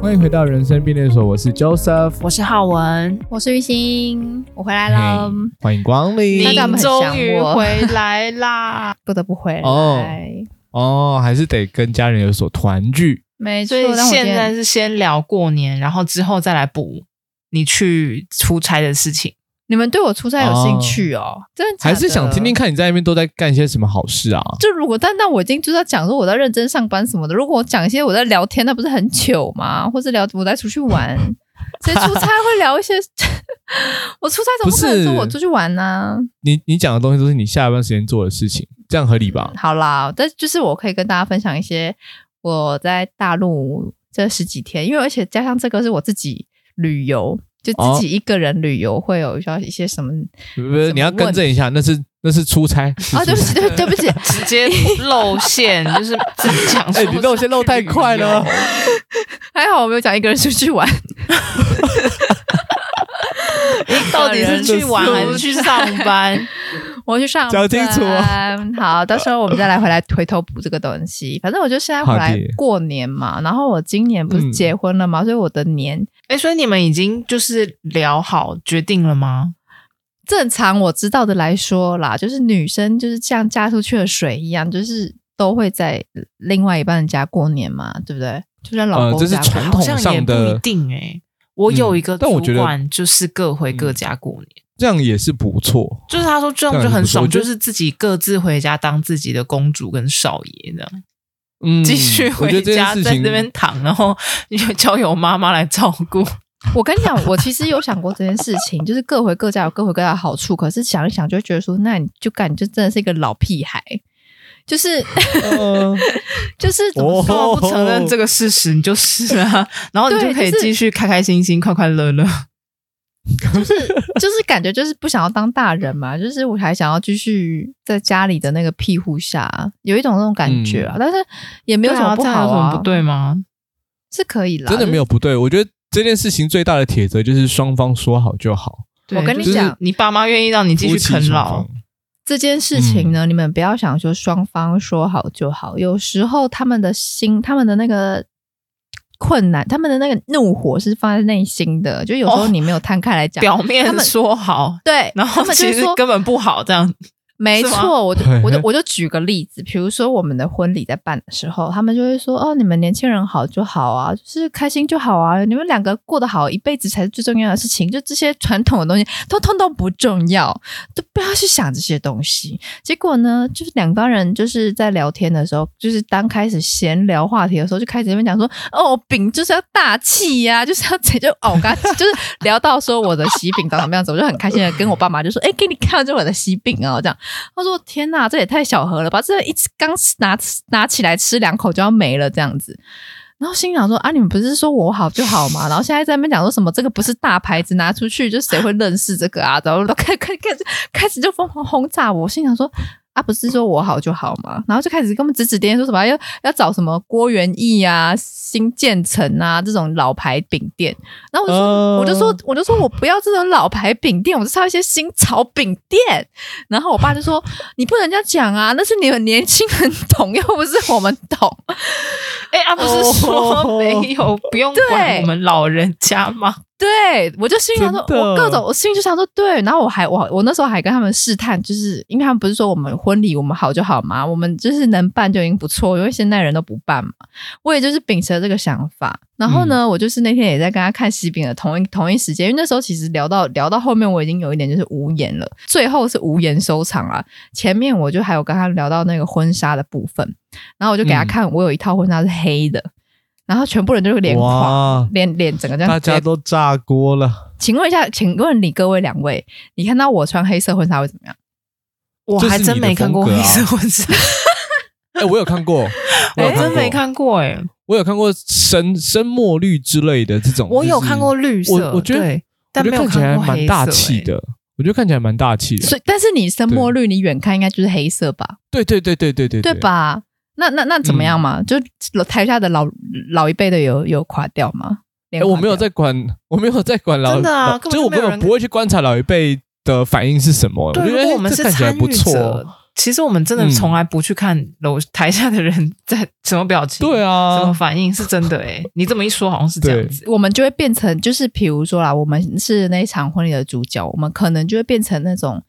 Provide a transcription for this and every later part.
欢迎回到人生便利所，我是 Joseph，我是浩文，我是玉兴，我回来了，嘿欢迎光大临家。们很终想于我回来啦！ 不得不回来。哦哦，还是得跟家人有所团聚。没错所以，但我今现天在是先聊过年，然后之后再来补你去出差的事 情。你们对我出差有兴趣哦？真的假的还是想听听。看你在那边都在干些什么好事啊？就如果，但但我已经就是要讲说我在认真上班什么的。如果我讲一些我在聊天，那不是很糗吗？或是聊我在出 去玩，谁出差会聊一些？ 我出差怎么可不是能说我出去玩啊呢、你你讲的东西都是你下班时间做的事情，这样合理吧？好啦，但就是我可以跟大家分享一些我在大陆这十几天，因为而且加上这个是我自己旅游，就哦自己一个人旅游会有需要一些什么不是，你要更正一下，那是那是出差。是啊？对出不差起，对对不起，直接露馅，就是自己讲说。哎你露馅露太快了。还好我没有讲一个人出 去玩，哦 到底是去玩还是去上班？我去上讲清楚哦班好，到时候我们再来回来回头补这个东西。反正我就现在回好来的嗯过年嘛，然后我今年不是结婚了嘛，所以我的年 哎，所以你们已经就是聊好决定了吗？正常我知道的来说啦，就是女生就是像嫁出去的水一样，就是都会在另外一半家过年嘛，对不对？就在老呃，公这是家过。传好统像也上不一的，定哎。我有一个嗯但我主觉得管就是各回各家过年，这样也是不错。就是他说这样就这样也很不错爽，我觉得就是自己各自回家当自己的公主跟少爷这样。嗯，继续我觉回得这件家，事在情这边躺，然后你就交由妈妈来照顾。哦 我跟你讲，我其实有想过这件事情，就是各回各家有各回各家的好处，可是想一想就会觉得说，那你就干，你就真的是一个老屁孩，就是 嗯就是怎么哦说？啊干嘛不承认这个事实？你就是啊，然后你就对可以就是继续开开心心、快快乐乐。就是感觉就是不想要当大人嘛，就是我还想要继续在家里的那个庇护下，有一种那种感觉嗯啊，但是也没有什么不对啊这好样有什啊，么不对吗？是可以啦，真的没有不对。我觉得这件事情最大的铁则就是双方说好就好，对我跟你就是讲你爸妈愿意让你继续夫妻啃双老方，。这件事情嗯呢，你们不要想说双方说好就好，有时候他们的心、他们的那个困难、他们的那个怒火是放在内心的，就有时候哦你没有摊开来讲。表他面们说好，对，然后他们就其是实说根本不好这样。没是吗错，我就对我就我就举个例子，比如说我们的婚礼在办的时候，他们就会说：“哦，你们年轻人好就好啊，就是开心就好啊，你们两个过得好，一辈子才是最重要的事情。”就这些传统的东西，通通都不重要，都不要去想这些东西。结果呢，就是两帮人就是在聊天的时候，就是当开始闲聊话题的时候，就开始在那边讲说：“哦，饼就是要大气呀、就是要怎就哦，我刚才就是聊到说我的喜饼长什么样子，我就很开心的跟我爸妈就说：‘哎、给你看，这是我的喜饼哦。’这样。”他说：“天哪，这也太小盒了吧！这一吃刚吃拿拿起来吃两口就要没了这样子。”然后心想说：“啊，你们不是说我好就好嘛？然后现在在那边讲说什么这个不是大牌子，拿出去就谁会认识这个啊？然后都开开开始开始就疯狂轰炸我，心想说。”啊，不是说我好就好嘛，然后就开始跟我们指指点点，说什么要要找什么郭元义啊、新建成啊这种老牌饼店，然后我就说，哦我就说，我就说我不要这种老牌饼店，我就是要一些新潮饼店。然后我爸就说：“你不能这样讲啊，那是你们年轻人懂，又不是我们懂。哎，啊，不是说没有，不用管对我们老人家吗？对”我就心里想说，真的我各种，我心里就想说，对。然后我还我我那时候还跟他们试探，就是因为他们不是说我们婚礼我们好就好嘛，我们就是能办就已经不错，因为现在人都不办嘛。我也就是秉持了这个想法。然后呢，嗯我就是那天也在跟他看喜饼的同一同一时间，因为那时候其实聊到聊到后面，我已经有一点就是无言了，最后是无言收场啦。前面我就还有跟他聊到那个婚纱的部分，然后我就给嗯他看，我有一套婚纱是黑的，然后全部人就是脸狂。哇，脸脸整个这样，大家。都炸锅了，请问一下，请问你各位两位，你看到我穿黑色婚纱会怎么样？我还真没看过这黑是你的风色啊婚纱， 哎、我有看过， 我有我看过哎真没，看过哎，我有看过深深墨绿之类的这种，我有就是看过绿色，我我觉得对我但觉没得有看起来看过黑蛮大色气欸的，我觉得看起来蛮大气的。所以，但是你深墨绿，你远看应该就是黑色吧？对对对对对对嗯对？吧？那那那怎么样嘛？就老台下的老老一辈的有有垮掉吗？哎、脸垮我没有掉在管，我没有在管老，真的啊老就根本是就我没有根本人不会去观察老一辈的反应是什么。我对，觉如得果哎我们这是看起来参不与错者，，其实我们真的嗯从来不去看楼台下的人在什么表情，对什么啊，反应，是真的哎、你这么一说，好像是这样对子。我们就会变成，就是比如说啦，我们是那一场婚礼的主角，我们可能就会变成那种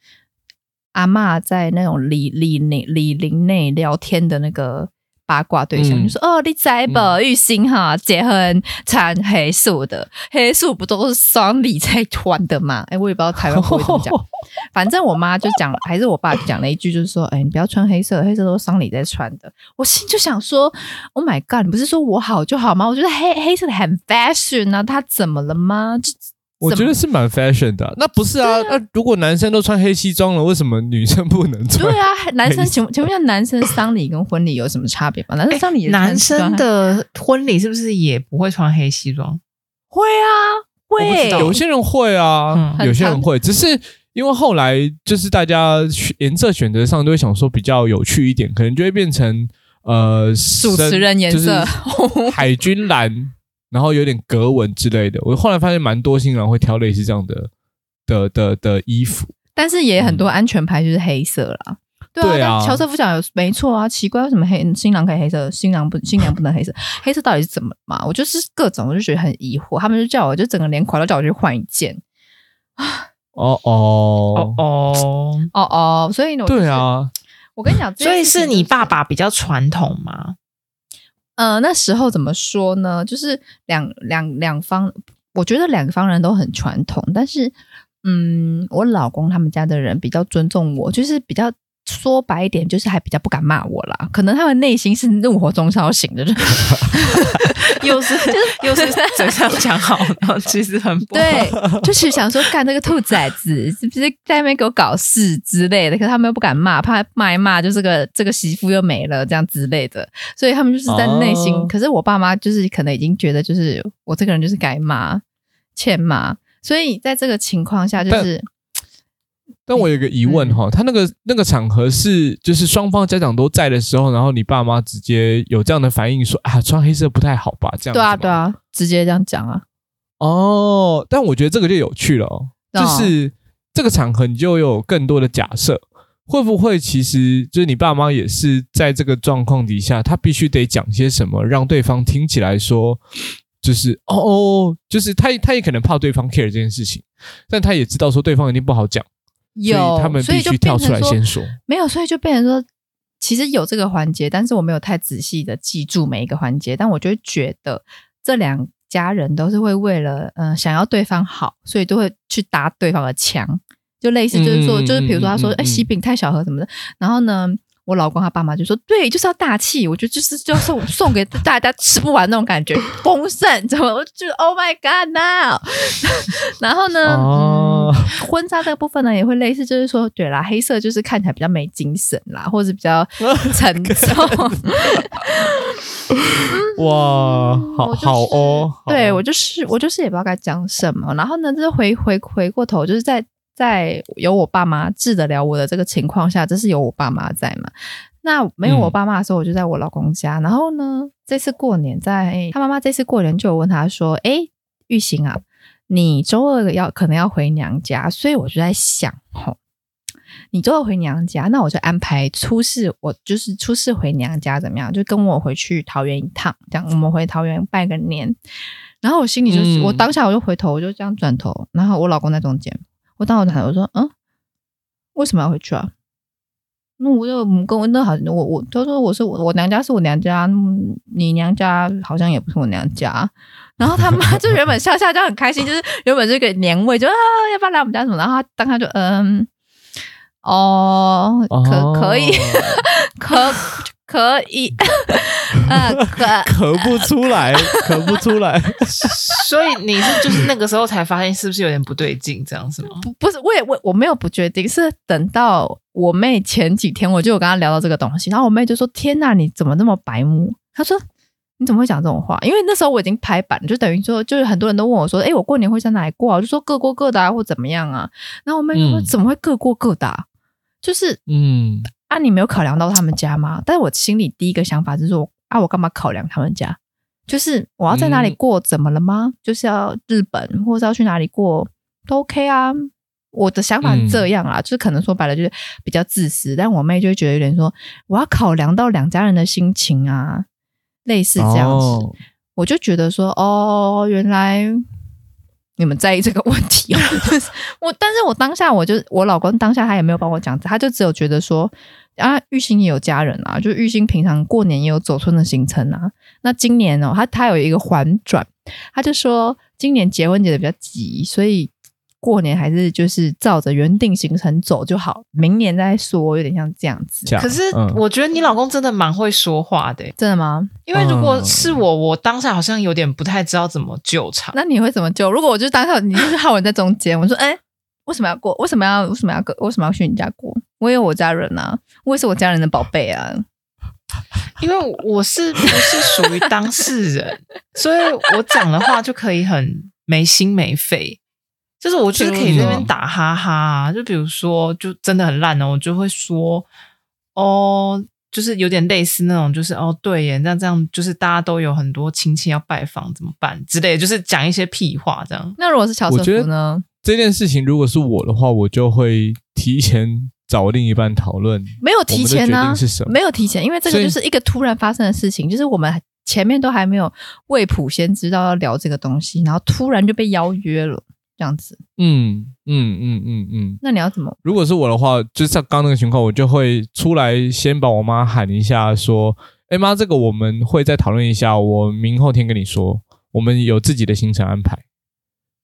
阿嬷在那种李李内李林内聊天的那个八卦对象，嗯就说哦，你知嗯不？玉兴哈结婚穿黑素的，黑素不都是丧礼在穿的吗？哎，我也不知道台湾会怎么讲， 反正我妈就讲，还是我爸讲了一句，就是说，哎，你不要穿黑色，黑色都是丧礼在穿的。我心就想说，Oh my god，你不是说我好就好吗？我觉得黑黑色的很 fashion 啊，他怎么了吗？就我觉得是蛮 fashion 的啊、那不是啊？那如果男生都穿黑西装了，为什么女生不能穿？对啊，男生黑色请问请问一下，男生丧礼跟婚礼有什么差别吗？男生丧礼也是穿男生的婚礼是不是也不会穿黑西装？会啊，我不知会道有些人会啊，嗯有些人会，只是因为后来就是大家选颜色选择上都会想说比较有趣一点，可能就会变成呃主持人颜色，深 就是、海军蓝，然后有点格纹之类的。我后来发现蛮多新郎会挑类似这样的的的的衣服，但是也很嗯多安全牌就是黑色啦。对啊，对啊但乔瑟夫讲有没错啊，奇怪，为什么黑新郎可以黑色，新郎不新娘不能黑色？黑色到底是怎么了嘛？我就是各种，我就觉得很疑惑。他们就叫我，就整个连垮都叫我去换一件。哦哦哦，哦，哦哦，所以呢，我就是对，啊，我跟你讲，这所件以事情是你就是爸爸比较传统吗？呃，那时候怎么说呢？就是两两两方，我觉得两方人都很传统，但是，嗯，我老公他们家的人比较尊重我，就是比较说白一点，就是还比较不敢骂我啦。可能他们内心是怒火中烧型的 人， 又是又是嘴上讲好，然后 其实很不好对，就是想说干这个兔崽子是不是在那边给我搞事之类的，可是他们又不敢骂，怕骂一骂就这个这个媳妇又没了这样之类的，所以他们就是在内心。哦可是我爸妈就是可能已经觉得就是我这个人就是该骂，欠骂，所以在这个情况下就是但我有一个疑问嗯哈，他那个那个场合是就是双方家长都在的时候，然后你爸妈直接有这样的反应说啊，穿黑色不太好吧？这样子对啊吗对啊，直接这样讲啊，哦，但我觉得这个就有趣了哦，哦就是这个场合你就有更多的假设，会不会其实就是你爸妈也是在这个状况底下，他必须得讲些什么，让对方听起来说。就是哦哦，就是他他也可能怕对方 care 这件事情，但他也知道说对方一定不好讲，所有以他们所必以就须跳变出成来说先说。没有，所以就变成说，其实有这个环节，但是我没有太仔细的记住每一个环节，但我就会觉得这两家人都是会为了嗯、呃想要对方好，所以都会去搭对方的枪，就类似就是说，嗯就是比如说他说嗯嗯哎、嗯喜饼太小盒什么的，然后呢。我老公他爸妈就说：“对，就是要大气，我觉得就是就要送送给大家吃不完那种感觉，丰盛，怎么？我就觉得 Oh my God now！然后呢，哦嗯婚纱这个部分呢，也会类似，就是说，对啦，黑色就是看起来比较没精神啦，或者比较沉重。哇，好嗯我就是好哦，好对哦我就是我就是也不知道该讲什么。然后呢，就是回回回过头，就是在在有我爸妈治得了我的这个情况下，这是有我爸妈在嘛？那没有我嗯爸妈的时候，我就在我老公家。然后呢，这次过年在他妈妈这次过年就有问他说：“哎，玉行啊，你周二要可能要回娘家，所以我就在想，吼，你周二回娘家，那我就安排初四，我就是初四回娘家怎么样？就跟我回去桃园一趟，这样我们回桃园拜个年。然后我心里就是，嗯我当下我就回头，我就这样转头，然后我老公在中间，我当我转头我说，嗯，为什么要回去啊？那我就我跟我那好，我我他说我是我我娘家是我娘家，嗯你娘家好像也不是我娘家。然后他妈就原本笑笑就很开心，就是原本这个年味就啊要不要来我们家什么，然后他当他就嗯哦可 可以 可可以 啊可咳不出来，咳不出 来。所以你是就是那个时候才发现是不是有点不对劲，这样是吗？不不是，我也我我没有不决定，是等到我妹前几天，我就有跟她聊到这个东西，然后我妹就说：“天呐，你怎么那么白目？”她说：“你怎么会讲这种话？”因为那时候我已经拍板，就等于说，就是很多人都问我说：“诶，我过年会在哪里过啊？”我就说各过各的啊，或怎么样啊。然后我妹就说：“嗯怎么会各过各的、啊？就是嗯，啊，你没有考量到他们家吗？”但是我心里第一个想法是说：“啊，我干嘛考量他们家？就是我要在哪里嗯过，怎么了吗？就是要日本，或者要去哪里过，都 OK 啊。我的想法是嗯这样啦，就是可能说白了就是比较自私，但我妹就会觉得有点说，我要考量到两家人的心情啊，类似这样子。哦我就觉得说，哦，原来你们在意这个问题哦。 我，但是我当下我就我老公当下他也没有帮我讲，他就只有觉得说，啊，玉兴也有家人啊，就玉兴平常过年也有走村的行程啊。那今年哦，他他有一个缓转，他就说今年结婚结的比较急，所以。过年还是就是照着原定行程走就好，明年再说，有点像这样子。假可是嗯我觉得你老公真的蛮会说话的欸、真的吗？因为如果嗯是我，我当下好像有点不太知道怎么救 场。那你会怎么救？如果我就当下你就是浩文在中间，我说，哎、为什么要过？为什么要为什么要跟为什么要去你家过？我也有我家人啊，我也是我家人的宝贝啊。因为我是不是属于当事人，所以我讲的话就可以很没心没肺。就是我就是可以在那边打哈哈、啊，就比如说，就真的很烂哦，我就会说，哦，就是有点类似那种，就是哦，对耶，那这样就是大家都有很多亲戚要拜访，怎么办之类的，就是讲一些屁话这样。那如果是乔我瑟觉得夫呢？这件事情，如果是我的话，我就会提前找另一半讨论。没有提前我们啊的决定是什，么没有提前，因为这个所以就是一个突然发生的事情，就是我们前面都还没有未卜先知道要聊这个东西，然后突然就被邀约了，这样子。嗯嗯嗯嗯嗯。那你要怎么？如果是我的话，就是像刚刚那个情况，我就会出来先把我妈喊一下，说：“哎妈，这个我们会再讨论一下，我明后天跟你说，我们有自己的行程安排。”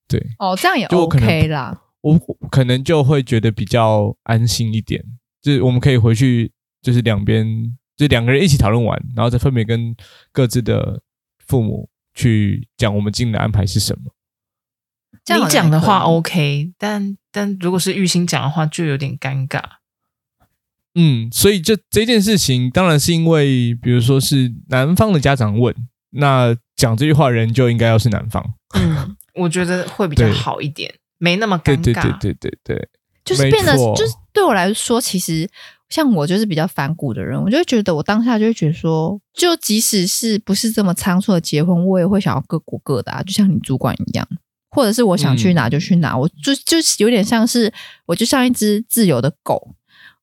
对哦，这样也就我可能 OK 啦。我可能就会觉得比较安心一点，就是我们可以回去，就是两边就两个人一起讨论完，然后再分别跟各自的父母去讲我们今天的安排是什么。这样你好像讲的话也可以 OK，但但如果是玉兴讲的话，就有点尴尬。嗯，所以这这件事情当然是因为，比如说是男方的家长问，那讲这句话的人就应该要是男方。嗯，我觉得会比较对好一点，没那么尴对尬。对对对对对，就是没变得，错就是对我来说，其实像我就是比较反骨的人，我就会觉得我当下就会觉得说，就即使是不是这么仓促的结婚，我也会想要各过各的啊，就像你主管一样，或者是我想嗯去哪就去哪，我就就是有点像是我就像一只自由的狗，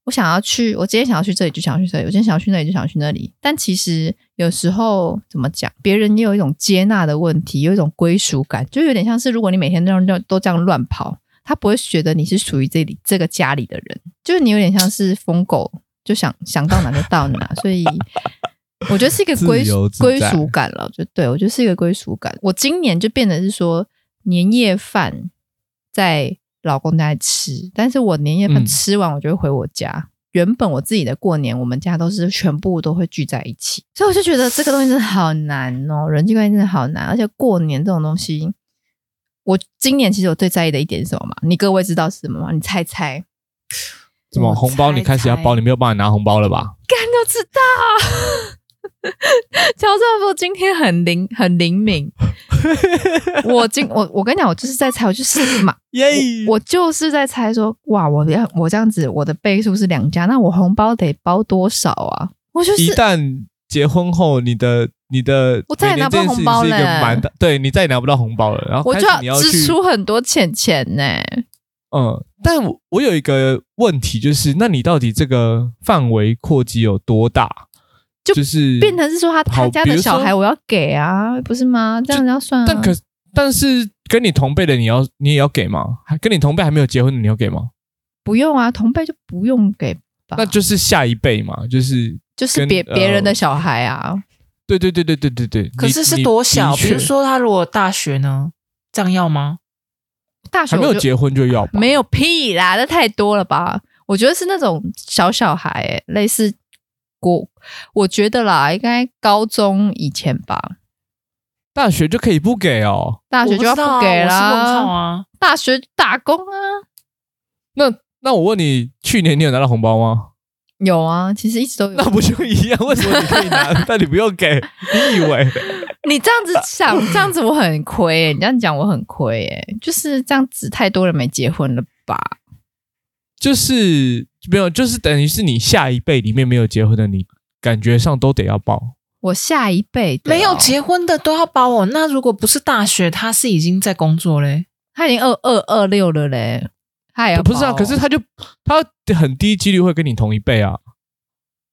我想要去，我今天想要去这里就想要去这里，我今天想要去那里就想要去那里。但其实有时候怎么讲，别人也有一种接纳的问题，有一种归属感，就有点像是如果你每天都这样都这样乱跑，他不会觉得你是属于这里这个家里的人，就是你有点像是疯狗，就想想到哪就到哪，所以。我觉得是一个 归自由自在归属感了，就对我觉得是一个归属感。我今年就变得是说年夜饭在老公家里吃，但是我年夜饭嗯吃完，我就会回我家。原本我自己的过年，我们家都是全部都会聚在一起，所以我就觉得这个东西真的好难哦，人际关系真的好难，而且过年这种东西，我今年其实我最在意的一点是什么嘛？你各位知道是什么吗？你猜猜，怎么我红包你猜开始要猜包，你没有办法拿红包了吧？干就知道。乔瑟夫今天很灵，很 灵敏。我今我我跟你讲，我就是在猜，我就是马耶我我就是在猜说，哇，我要我这样子，我的倍数是两家，那我红包得包多少啊？我就一是旦结婚后，你的你的我再也每年拿不这到件事红包情是一个了蛮大，对你再也拿不到红包了。然后我开就始要你要去支出很多钱钱呢、嗯，但我我有一个问题，就是那你到底这个范围扩及有多大？就就是变成是说他他好家比的如小说孩我要给啊，不是吗？这样子要算啊。但可但是跟你同辈的你要你也要给吗？还跟你同辈还没有结婚的你要给吗？不用啊，同辈就不用给吧？那就是下一辈嘛，就是就是跟别别人的呃小孩啊。对对对对对对对。可你是是你多的小？比确如说他如果大学呢，这样要吗？大学还没我有就结婚就要吧？没有屁啦，那太多了吧？我觉得是那种小小孩、欸，类似国，我觉得啦，应该高中以前吧，大学就可以不给哦。大学就要我知道啊给我是问号啦，啊，大学打工啊，那那我问你，去年你有拿到红包吗？有啊，其实一直 都有。那不就一样？为什么你可以拿，但你不用给？你以为？你这样子想，这样子我很亏、欸，你这样讲我很亏、欸，就是这样子，太多人没结婚了吧？ 就是没有，就是等于是你下一辈里面没有结婚的，你感觉上都得要报。我下一辈啊的哦没有，结婚的都要包哦我。那如果不是大学，他是已经在工作嘞。他已经二二二六了嘞，他也要不是啊，包哦可是他就他很低几率会跟你同一辈啊。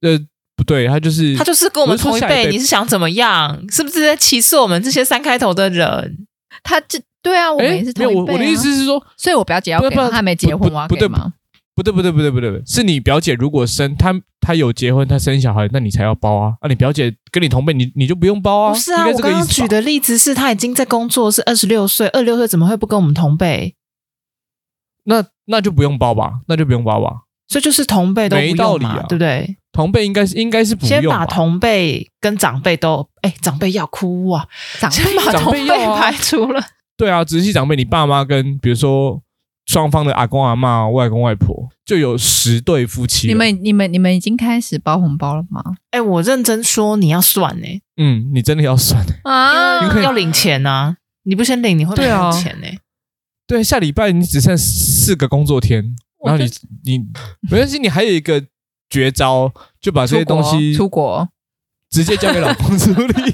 呃，不对，他就是他就是跟我们我是说同一下一辈，辈你是想怎么样？是不是在歧视我们这些三开头的人？他这对啊，我们哎也是，没同有一我辈、啊我的意，思是说，所以我表姐要不是给不吗，是她还没结不婚，我要不给对吗？不对不对不对不对，不对是你表姐如果生她她有结婚，她生小孩，那你才要包啊。啊，你表姐跟你同辈，你你就不用包啊。不是应啊，该我这个刚意刚思举吧。的例子是他已经在工作，是二十六岁，二十六岁怎么会不跟我们同辈？那那就不用包吧，那就不用包吧。所以就是同辈都不没用道理嘛啊对不对？同辈应该是应该是不先用把吧。同辈跟长辈都，哎，长辈要哭啊，长先 辈把长同辈要啊排除了。对啊，直系长辈，你爸妈跟比如说双方的阿公阿妈、外公外婆，就有十对夫妻了。你们你们你们已经开始包红包了吗？哎，我认真说，你要算呢、嗯，你真的要算。啊你可以要领钱啊！你不先领，你会没对啊有钱呢、欸对，下礼拜你只剩四个工作天，我然后你就你没关系，你还有一个绝招，就把这些东西啊出国，直接交给老公处 理。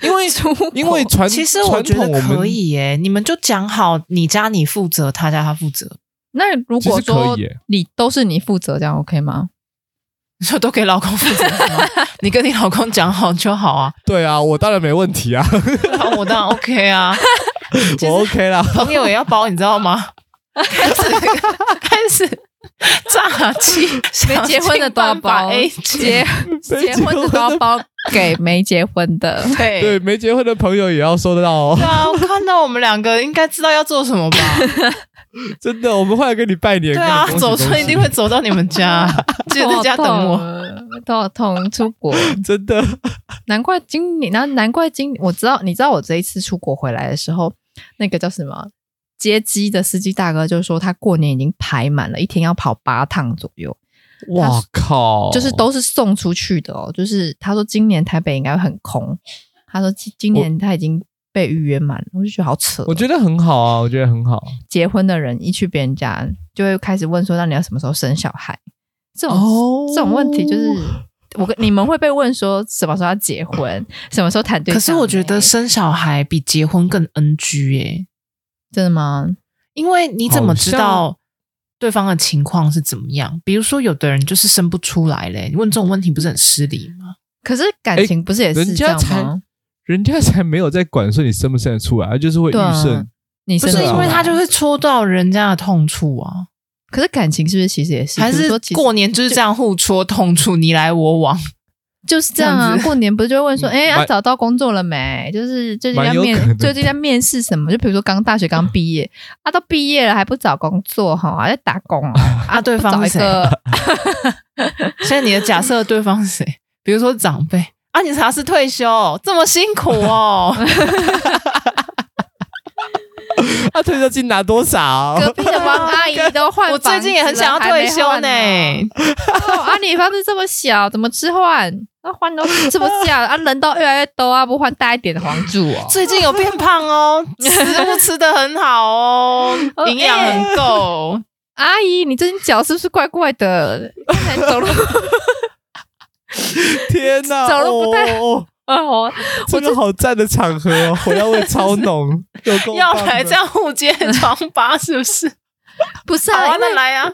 因为出国因为传其实我觉传得统我们可以耶、你们就讲好，你家你负责，他家他负责，那如果其实可说以耶你都是你负责，这样 OK 吗？你说都给老公负责是吗？你跟你老公讲好就好啊，对啊，我当然没问题啊，那我当然 OK 啊。我 OK 啦。朋友也要包，你知道 吗？开始开始炸气，没结婚的都要包，哎， 结没结婚的都要包给没结婚 的。对对，没结婚的朋友也要收得到哦 对，啊，我看到我们两个应该知道要做什么吧？真的，我们会来跟你拜年。对啊，跟你走恭喜恭村喜一定会走到你们 家，记得在家等我。我，头好哦痛，出国。真的。难怪今年，然后难怪今，我知道，你知道我这一次出国回来的时候，那个叫什么接机的司机大哥就说，他过年已经排满了，一天要跑八趟左右，哇哦靠！就是都是送出去的哦。就是他说今年台北应该会很空，他说今今年他已经被预约满了，我就觉得好扯哦。我觉得很好啊，我觉得很好。结婚的人一去别人家，就会开始问说，那你要什么时候生小孩？这种、哦这种问题就是。我跟你们会被问说什么时候要结婚，什么时候谈对可象？是我觉得欸生小孩比结婚更 NG 耶、真的吗？因为你怎么知好道对方的情况是怎么样？比如说，有的人就是生不出来嘞，你问这种问题不是很失礼吗？可是感诶情不是也是人这家样才吗？人家才没有在管说你生不生得出来，他就是会预对啊 设。你不生是得因出为来他就会戳到人家的痛处啊，可是感情是不是其实也是？还比如是说其实过年就是这样互戳痛处，你来我往。就是这样这啊样？子过年不是就会问说，嗯哎，啊蛮找到工作了没？就是最近蛮在有可能面，的最近在面试什么？就比如说刚大学刚毕业，啊，都毕业了还不找工作哈，还在打工 啊啊对方找一是谁 个，现在你的假设对方是 谁？比如说长辈啊，你啥时退休？这么辛苦 哦，他退休金拿多少？隔壁的王阿姨都换，我最近也很想要退休呢。 哦啊，你房子这么小，怎么置换？啊，换都 吃不下啊，人都越来越多啊，不换大一点的房住哦。最近有变胖 哦，食物吃的很好哦，哦营养很够。阿姨，你最近脚是不是怪怪 的？刚才走路 天哪！ 走路不太哦哦，哦哦，这个好赞的场合哦，火药味超 浓，有哎够要棒来的这样互揭疮疤是不 是？不是好啊，啊，因为那来啊！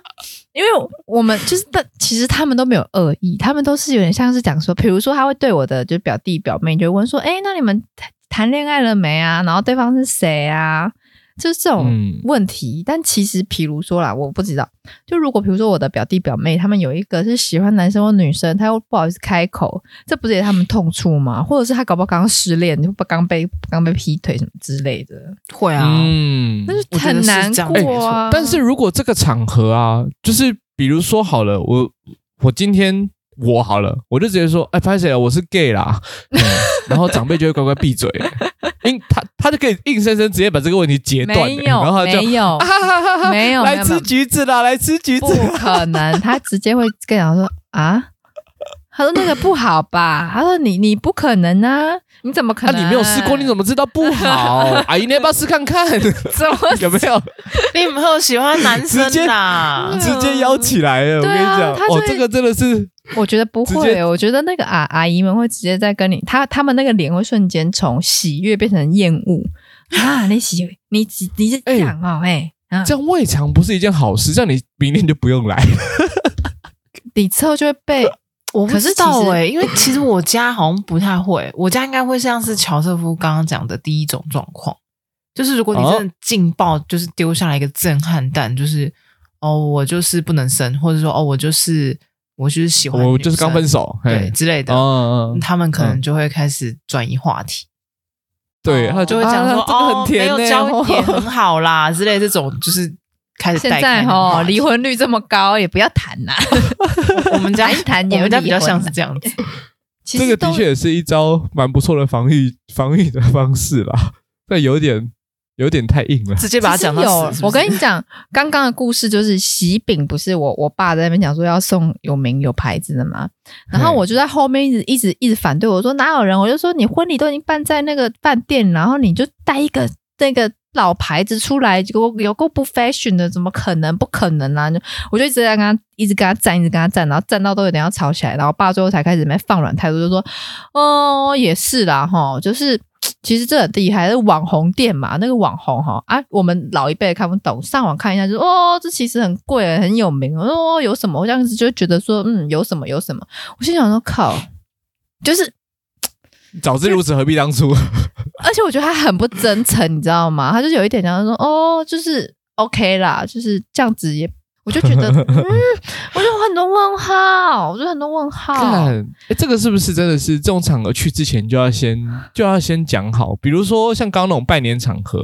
因为我们就是，但其实他们都没有恶意，他们都是有点像是讲说，比如说他会对我的就表弟表妹就会问说，哎，那你们谈谈恋爱了没啊？然后对方是谁啊？就是这种嗯问题。但其实，比如说啦，我不知道，就如果比如说我的表弟表妹他们有一个是喜欢男生或女生，他又不好意思开口，这不是也他们痛处吗？或者是他搞不好刚刚失恋，就不刚被刚被劈腿什么之类的。会啊 嗯那我就觉得很是难这样没过错啊。哎但是如果这个场合啊，就是比如说好了，我我今天我好了，我就直接说，哎，拍谁了？我是 gay 啦，嗯然后长辈就会乖乖闭嘴，硬他他就可以硬生生直接把这个问题截断，没然后有，他就没有 啊，哈哈哈哈没有没来有没吃有橘子啦，来吃 橘子不，可能，他直接会跟你讲说啊。他说那个不好吧？他说你你不可能啊，你怎么可那能？你没有试过，你怎么知道不 好？阿姨，你要不要试看 看？怎么有没有？你们有喜欢男生的啊直？直接邀起来了，我对跟啊你讲，他就哦会，这个真的是，我觉得不直会，接我觉得那个阿阿姨们会直接在跟你，她她们那个脸会瞬间从喜悦变成厌恶啊！你喜你你是这样哦，哎、嗯这样未尝不是一件好事，这样你明年就不用来。你之后就会被我不可知是道其实哎、欸 因为其实我家好像不太会，我家应该会像是乔瑟夫刚刚讲的第一种状况，就是如果你哦真的劲爆，就是丢下来一个震撼弹，就是哦，我就是不能生，或者说哦，我就是我就是喜欢，我就是刚分，手，对嘿，之类的，哦，嗯嗯他们可能就会开始转移话题，对，哦他就就会讲说、啊这个很哦，甜没有欸呢交也很好啦之类的这种，就是开始现带开在那个哦，话题离，婚率这么高，也不要谈呐、我们家 谈一谈我也会们家离比较婚像是的这 样子。其这实个都的确也是一招蛮不错的防御防御的方式啦， 但有点有点太硬了。直接把它其实讲到有死。是不是我跟你讲，刚刚的故事就是喜饼，不是我我爸在那边讲说要送有名有牌子的嘛，然后嘿我就在后面一直一直一直反对，我说哪有人？我就说你婚礼都已经办在那个饭店，然后你就带一个那个老牌子出来，结果有够不 fashion 的，怎么可能？不可能啊！我就一直在跟他一直跟他站，一直跟他站，然后站到都有点要吵起来，然后我爸最后才开始在那边放软态度，就说哦，也是啦，哈，就是其实这很厉害，是网红店嘛，那个网红哈啊，我们老一辈看不懂，上网看一下就哦，这其实很贵，很有名哦，有什么？我这样子就觉得说，嗯，有什么有什么？我心想说，靠，就是，早知如此，何必当 啊初？而且我觉得他很不真诚，你知道吗？他就是有一点这样说，哦，就是 OK 啦，就是这样子也。我就 觉得，嗯，我就很多问号，我就很多问号。看，哎，这个是不是真的是这种场合去之前就要先就要先讲好？比如说像刚刚那种拜年场合，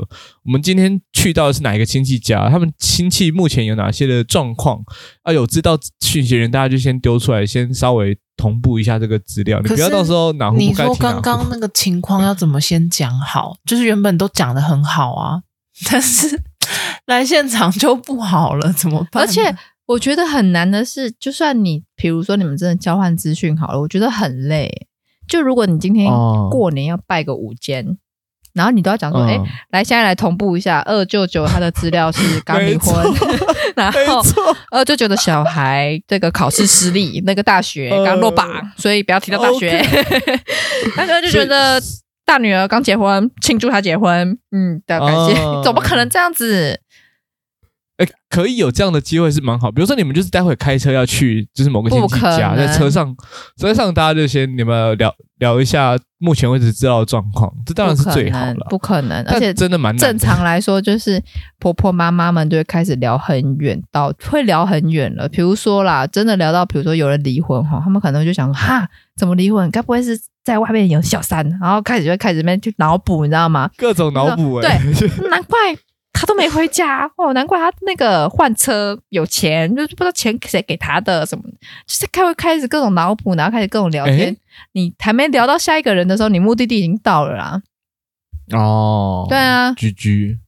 我们今天去到的是哪一个亲戚家，他们亲戚目前有哪些的状况啊？有知道讯息的人，大家就先丢出来，先稍微同步一下这个资料，你可不要是到时候哪壶你不该说提哪刚刚壶。那个情况要怎么先讲好？就是原本都讲的很好啊， 但是来现场就不好了，怎么办而呢？且我觉得很难的是，就算你比如说你们真的交换资讯好了，我觉得很累。就如果你今天哦过年要拜个午间，然后你都要讲说，哎、嗯来现在来同步一下，二舅舅他的资料是刚离婚， 然没后错，二舅舅的小孩这个考试失利，那个大学呃刚落榜，所以不要提到大哦学。 大哥就觉得大女儿刚结婚，庆祝她结婚，嗯，的感谢， 哦总不可能这样子。哎、可以有这样的机会是蛮好。比如说，你们就是待会开车要去，就是某个亲不戚可家，能在车上，车上大家就先你们聊聊一下目前为止知道的状况，这当然是最好了。不可能，不可能，但而且真的蛮难的正常来说，就是婆婆妈妈们就会开始聊很远，到会聊很远了。比如说啦，真的聊到，比如说有人离婚哈，他们可能就想说哈，怎么离婚？该不会是在外面有小三？然后开始就会开始面去脑补，你知道吗？各种脑补哎， 对， 难怪他都没回 家哦，难怪他那个换车有钱，就是不知道钱谁给他的什么，就是开会开始各种脑补，然后开始各种聊天。诶你还没聊到下一个人的时候，你目的地已经到了啊啦。哦，对啊，居居。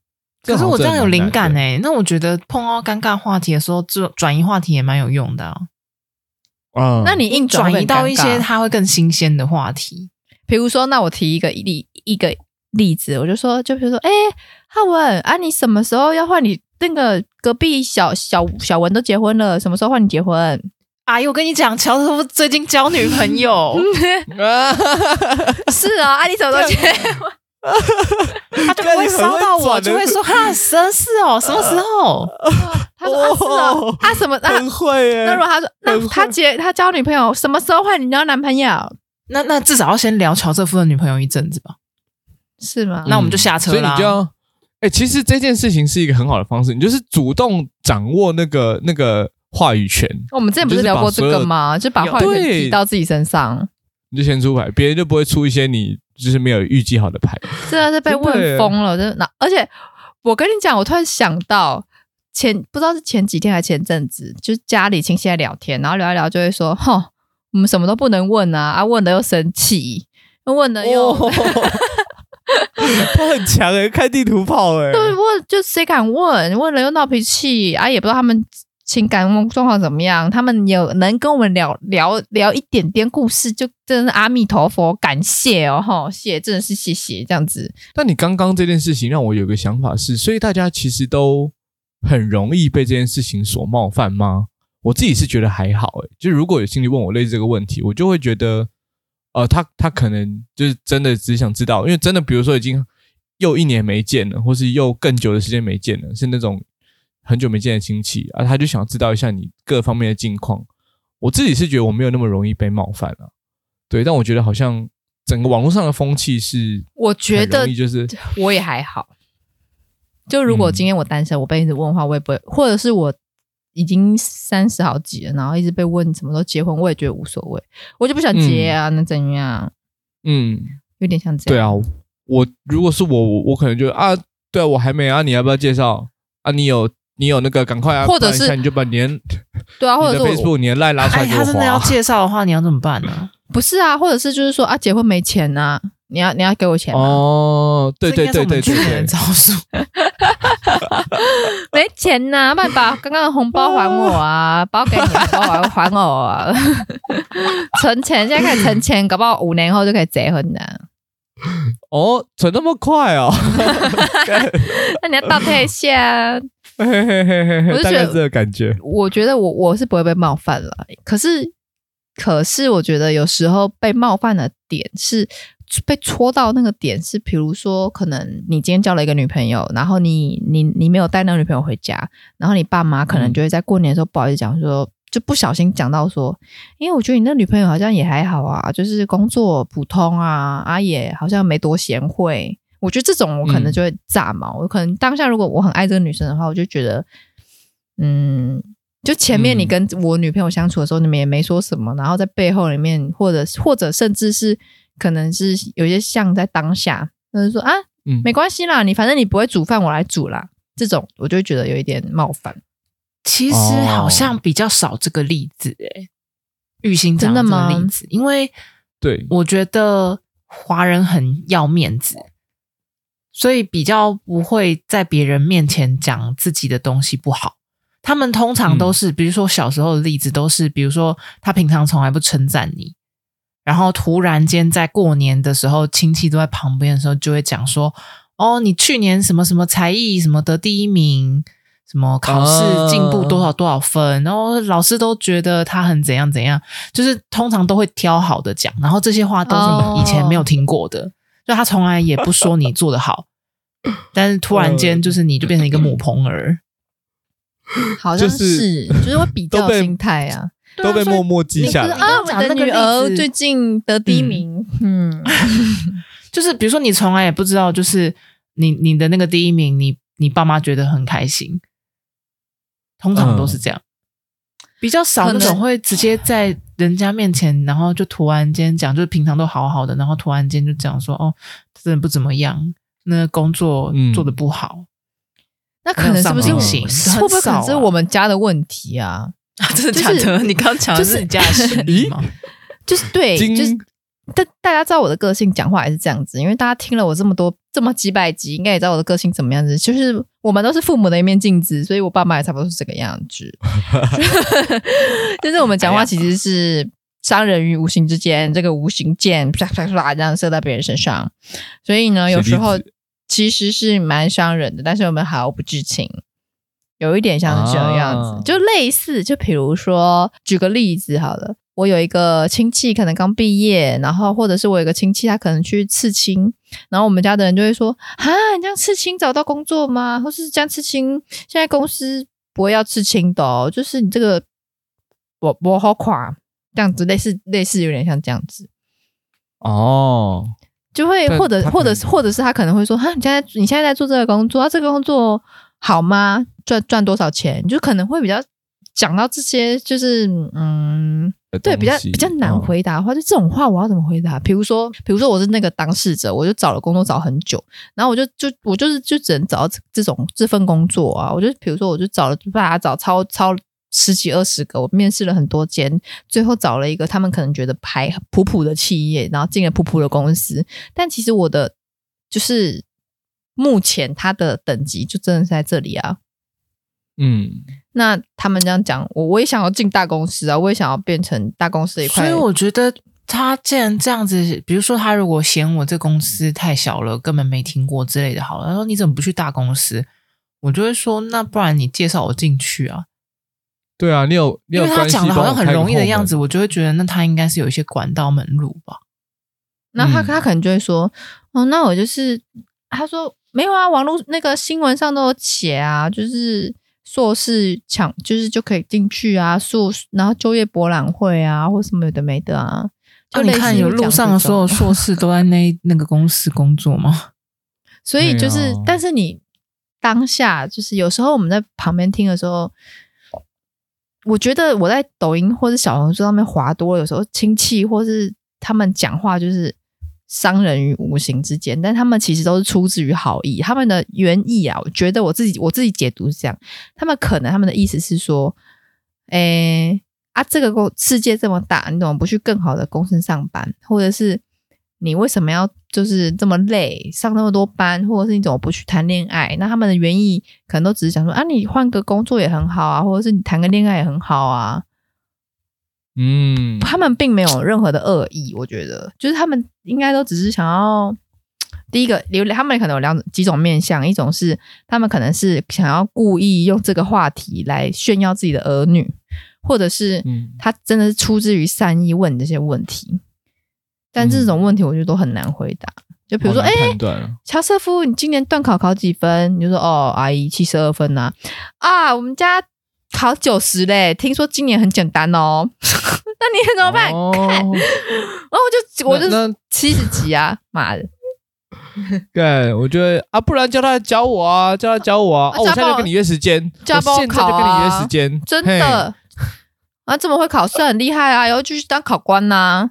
可是我这样有灵感哎、哎、那我觉得碰到尴尬话题的时候，这种转移话题也蛮有用的、啊，嗯，那你硬转会移很到尴一尬些它会更新鲜的话题。比如说，那我提一个例一个例子，我就说，就比如说，哎、浩文啊，你什么时候要换你那个隔壁小小小文都结婚了，什么时候换你结婚？阿哎姨，我跟你讲，乔师傅最近交女 朋友，啊，是啊，啊，你什么时候结？ 他就不会烧到我，就会说哈，十二是哦，什么时候？呃他说啊，是啊哦，啊什么啊？很会哎、 那如果他说，那很他会结他交女朋友什么时候换你交男朋友？那那至少要先聊乔瑟夫的女朋友一阵子吧。是嗯吗？那我们就下车所以啦你就要，哎、其实这件事情是一个很好的方式，你就是主动掌握那个那个话语权，我们之前不是聊过这个吗？就把有话语权对提到自己身上，你就先出牌，别人就不会出一些你就是没有预计好的牌。真的是被真的耶问疯了，真的。那而且我跟你讲，我突然想到前不知道是前几天还是前阵子，就是家里亲戚在聊天，然后聊一聊就会说：“哼，我们什么都不能问啊，啊问了又生气，问了又、哦 他很强哎、看地图炮哎、对问就谁敢问，问了又闹脾气啊，也不知道他们。”情感状况怎么样？他们有能跟我们聊聊聊一点点故事，就真的阿弥陀佛，感谢哦，吼，谢，真的是谢谢这样子。但你刚刚这件事情让我有个想法是，所以大家其实都很容易被这件事情所冒犯吗？我自己是觉得还好哎、就如果有心里问我类似这个问题，我就会觉得，呃，他他可能就是真的只想知道，因为真的比如说已经又一年没见了，或是又更久的时间没见了，是那种很久没见的亲戚啊，他就想知道一下你各方面的近况。我自己是觉得我没有那么容易被冒犯了、对，但我觉得好像整个网络上的风气是我觉很容得易就是我也还好。就如果嗯今天我单身，我被一直问的话，我也不会，或者是我已经三十好几了，然后一直被问什么时候结婚，我也觉得无所谓，我就不想结啊，那怎样？嗯，有点像这对样。啊，我如果是我，我我可能就啊，对啊，我还没啊，你要不要介绍啊？你有你有那个赶快啊，或者不然一下是你就把你的对啊，或你者的是我 Facebook 你的赖拉出哎，来给他我真的划啊要。介绍的话，你要怎么办呢？不是啊，或者是就是说啊，结婚没钱呐、你要你要给我钱啊吗？哦， 对对对对对这应该是我们去年对的，招 数。没钱呐、慢把刚刚的红包还我啊，包给你，包还还我啊， 存钱，现在开始存钱，搞不好五年后就可以结婚的。哦，存那么快哦，那你要倒退一下啊、嘿嘿嘿嘿我就嘿，大觉得概是这个感觉。我觉得我我是不会被冒犯了，可是可是我觉得有时候被冒犯的点是被戳到那个点是，比如说可能你今天交了一个女朋友，然后你你你没有带那个女朋友回家，然后你爸妈可能就会在过年的时候不好意思讲说。就不小心讲到说，因为我觉得你那女朋友好像也还好啊，就是工作普通啊，啊也好像没多贤惠。我觉得这种我可能就会炸毛，我可能当下如果我很爱这个女生的话，我就觉得，嗯，就前面你嗯跟我女朋友相处的时候，你们也没说什么，然后在背后里面，或者或者甚至是可能是有一些像在当下，就是说啊，嗯，没关系啦，你反正你不会煮饭，我来煮啦。这种我就会觉得有一点冒犯，其实哦好像比较少这个例子、欸，哎、玉兴讲真的这个吗例子，因为对，我觉得华人很要面子，所以比较不会在别人面前讲自己的东西不好。他们通常都是，比如说小时候的例子都是，比如说他平常从来不称赞你，然后突然间在过年的时候，亲戚都在旁边的时候，就会讲说：“哦，你去年什么什么才艺什么得第一名，什么考试进步多少多少分，然后老师都觉得他很怎样怎样，就是通常都会挑好的讲，然后这些话都是哦你以前没有听过的，就他从来也不说你做的好，但是突然间就是你就变成嗯一个母棚儿，好像就是是就是会比较都被心态啊，都被默默记你下不就是对来。啊啊，你刚刚我讲的那个例女儿子最近得第一名，嗯，就是比如说你从来也不知道，就是你你的那个第一名，你你爸妈觉得很开心，通常都是这样，嗯比较少可那能种会直接在人家面前，然后就突然间讲，就是平常都好好的，然后突然间就讲说哦，真的不怎么样，那工作嗯做的不好，那可能是不是没有上进心会不会可能很是少啊我们家的问题 啊？真的假的你刚讲的是你家的 事例吗吗？就是对，经就是但大家知道我的个性，讲话也是这样子，因为大家听了我这么多这么几百集，应该也知道我的个性怎么样子。就是我们都是父母的一面镜子，所以我爸妈也差不多是这个样子。就是我们讲话其实是伤人于无形之间，这个无形箭啪啪啪这样射到别人身上，所以呢，血有滴时候子其实是蛮伤人的，但是我们毫不知情。有一点像是这个样子，啊就类似，就比如说，举个例子好了，我有一个亲戚可能刚毕业，然后或者是我有一个亲戚他可能去刺青，然后我们家的人就会说：“啊，你这样刺青找到工作吗？或是这样刺青，现在公司不会要刺青的哦，就是你这个我我好垮，这样子类似类似有点像这样子。”哦，就会但或者他可或者能是或者是他可能会说，啊哈，你现在你现在在做这个工作，啊、这个工作好吗？赚赚多少钱？就可能会比较讲到这些，就是嗯，对，比较东西比较难嗯回答的话，就这种话我要怎么回答？比如说，比如说我是那个当事者，我就找了工作找很久，然后我就就我就是就只能找到这这种这份工作啊，我就比如说我就找了把它找超超。十几二十个，我面试了很多间，最后找了一个他们可能觉得还普普的企业，然后进了普普的公司，但其实我的就是目前他的等级就真的是在这里啊。嗯，那他们这样讲，我我也想要进大公司啊，我也想要变成大公司的一所块。以我觉得他既然这样子，比如说他如果嫌我这公司太小了，根本没听过之类的，好了，他说你怎么不去大公司？我就会说，那不然你介绍我进去啊，对啊，你有你因有为他关系讲的好像很容易的样，子，帮我就会觉得那他应该是有一些管道门路吧。那他嗯他可能就会说，哦，那我就是他说没有啊，网络那个新闻上都有写啊，就是硕士抢就是就可以进去啊，硕然后就业博览会啊，或什么有的没的啊。就就你类似看，于有讲路这上的所有种 硕士都在那那个公司工作 吗？所以就是，对啊但是你当下就是有时候我们在旁边听的时候，我觉得我在抖音或者小红书上面滑多了，有时候亲戚或是他们讲话就是伤人于无形之间，但他们其实都是出自于好意，他们的原意啊，我觉得我自己我自己解读是这样，他们可能他们的意思是说，诶、啊，这个公世界这么大，你怎么不去更好的公司上班？或者是你为什么要就是这么累，上那么多班，或者是你怎么不去谈恋爱？那他们的原意可能都只是想说啊，你换个工作也很好啊，或者是你谈个恋爱也很好啊。嗯，他们并没有任何的恶意，我觉得，就是他们应该都只是想要。第一个有，他们可能有两种几种面向，一种是他们可能是想要故意用这个话题来炫耀自己的儿女，或者是嗯他真的是出自于善意问你这些问题，但这种问题我觉得都很难回答。就比如说，嗯好哎、难判断啊乔瑟夫，你今年段考考几分？你就说，哦，阿姨七十二分呐、啊。我们家考九十嘞，听说今年很简单哦。 那你怎么办？然 哦，后我就我就那那七十几啊， 妈的！对，我觉得啊，不然叫他来教我啊，叫他教我啊， 啊哦，我现叫他在帮就我跟你约时间，叫我他帮我现在就考跟你约啊时间，真嘿，的啊，这么会考试很厉害啊，以后就去当考官呐、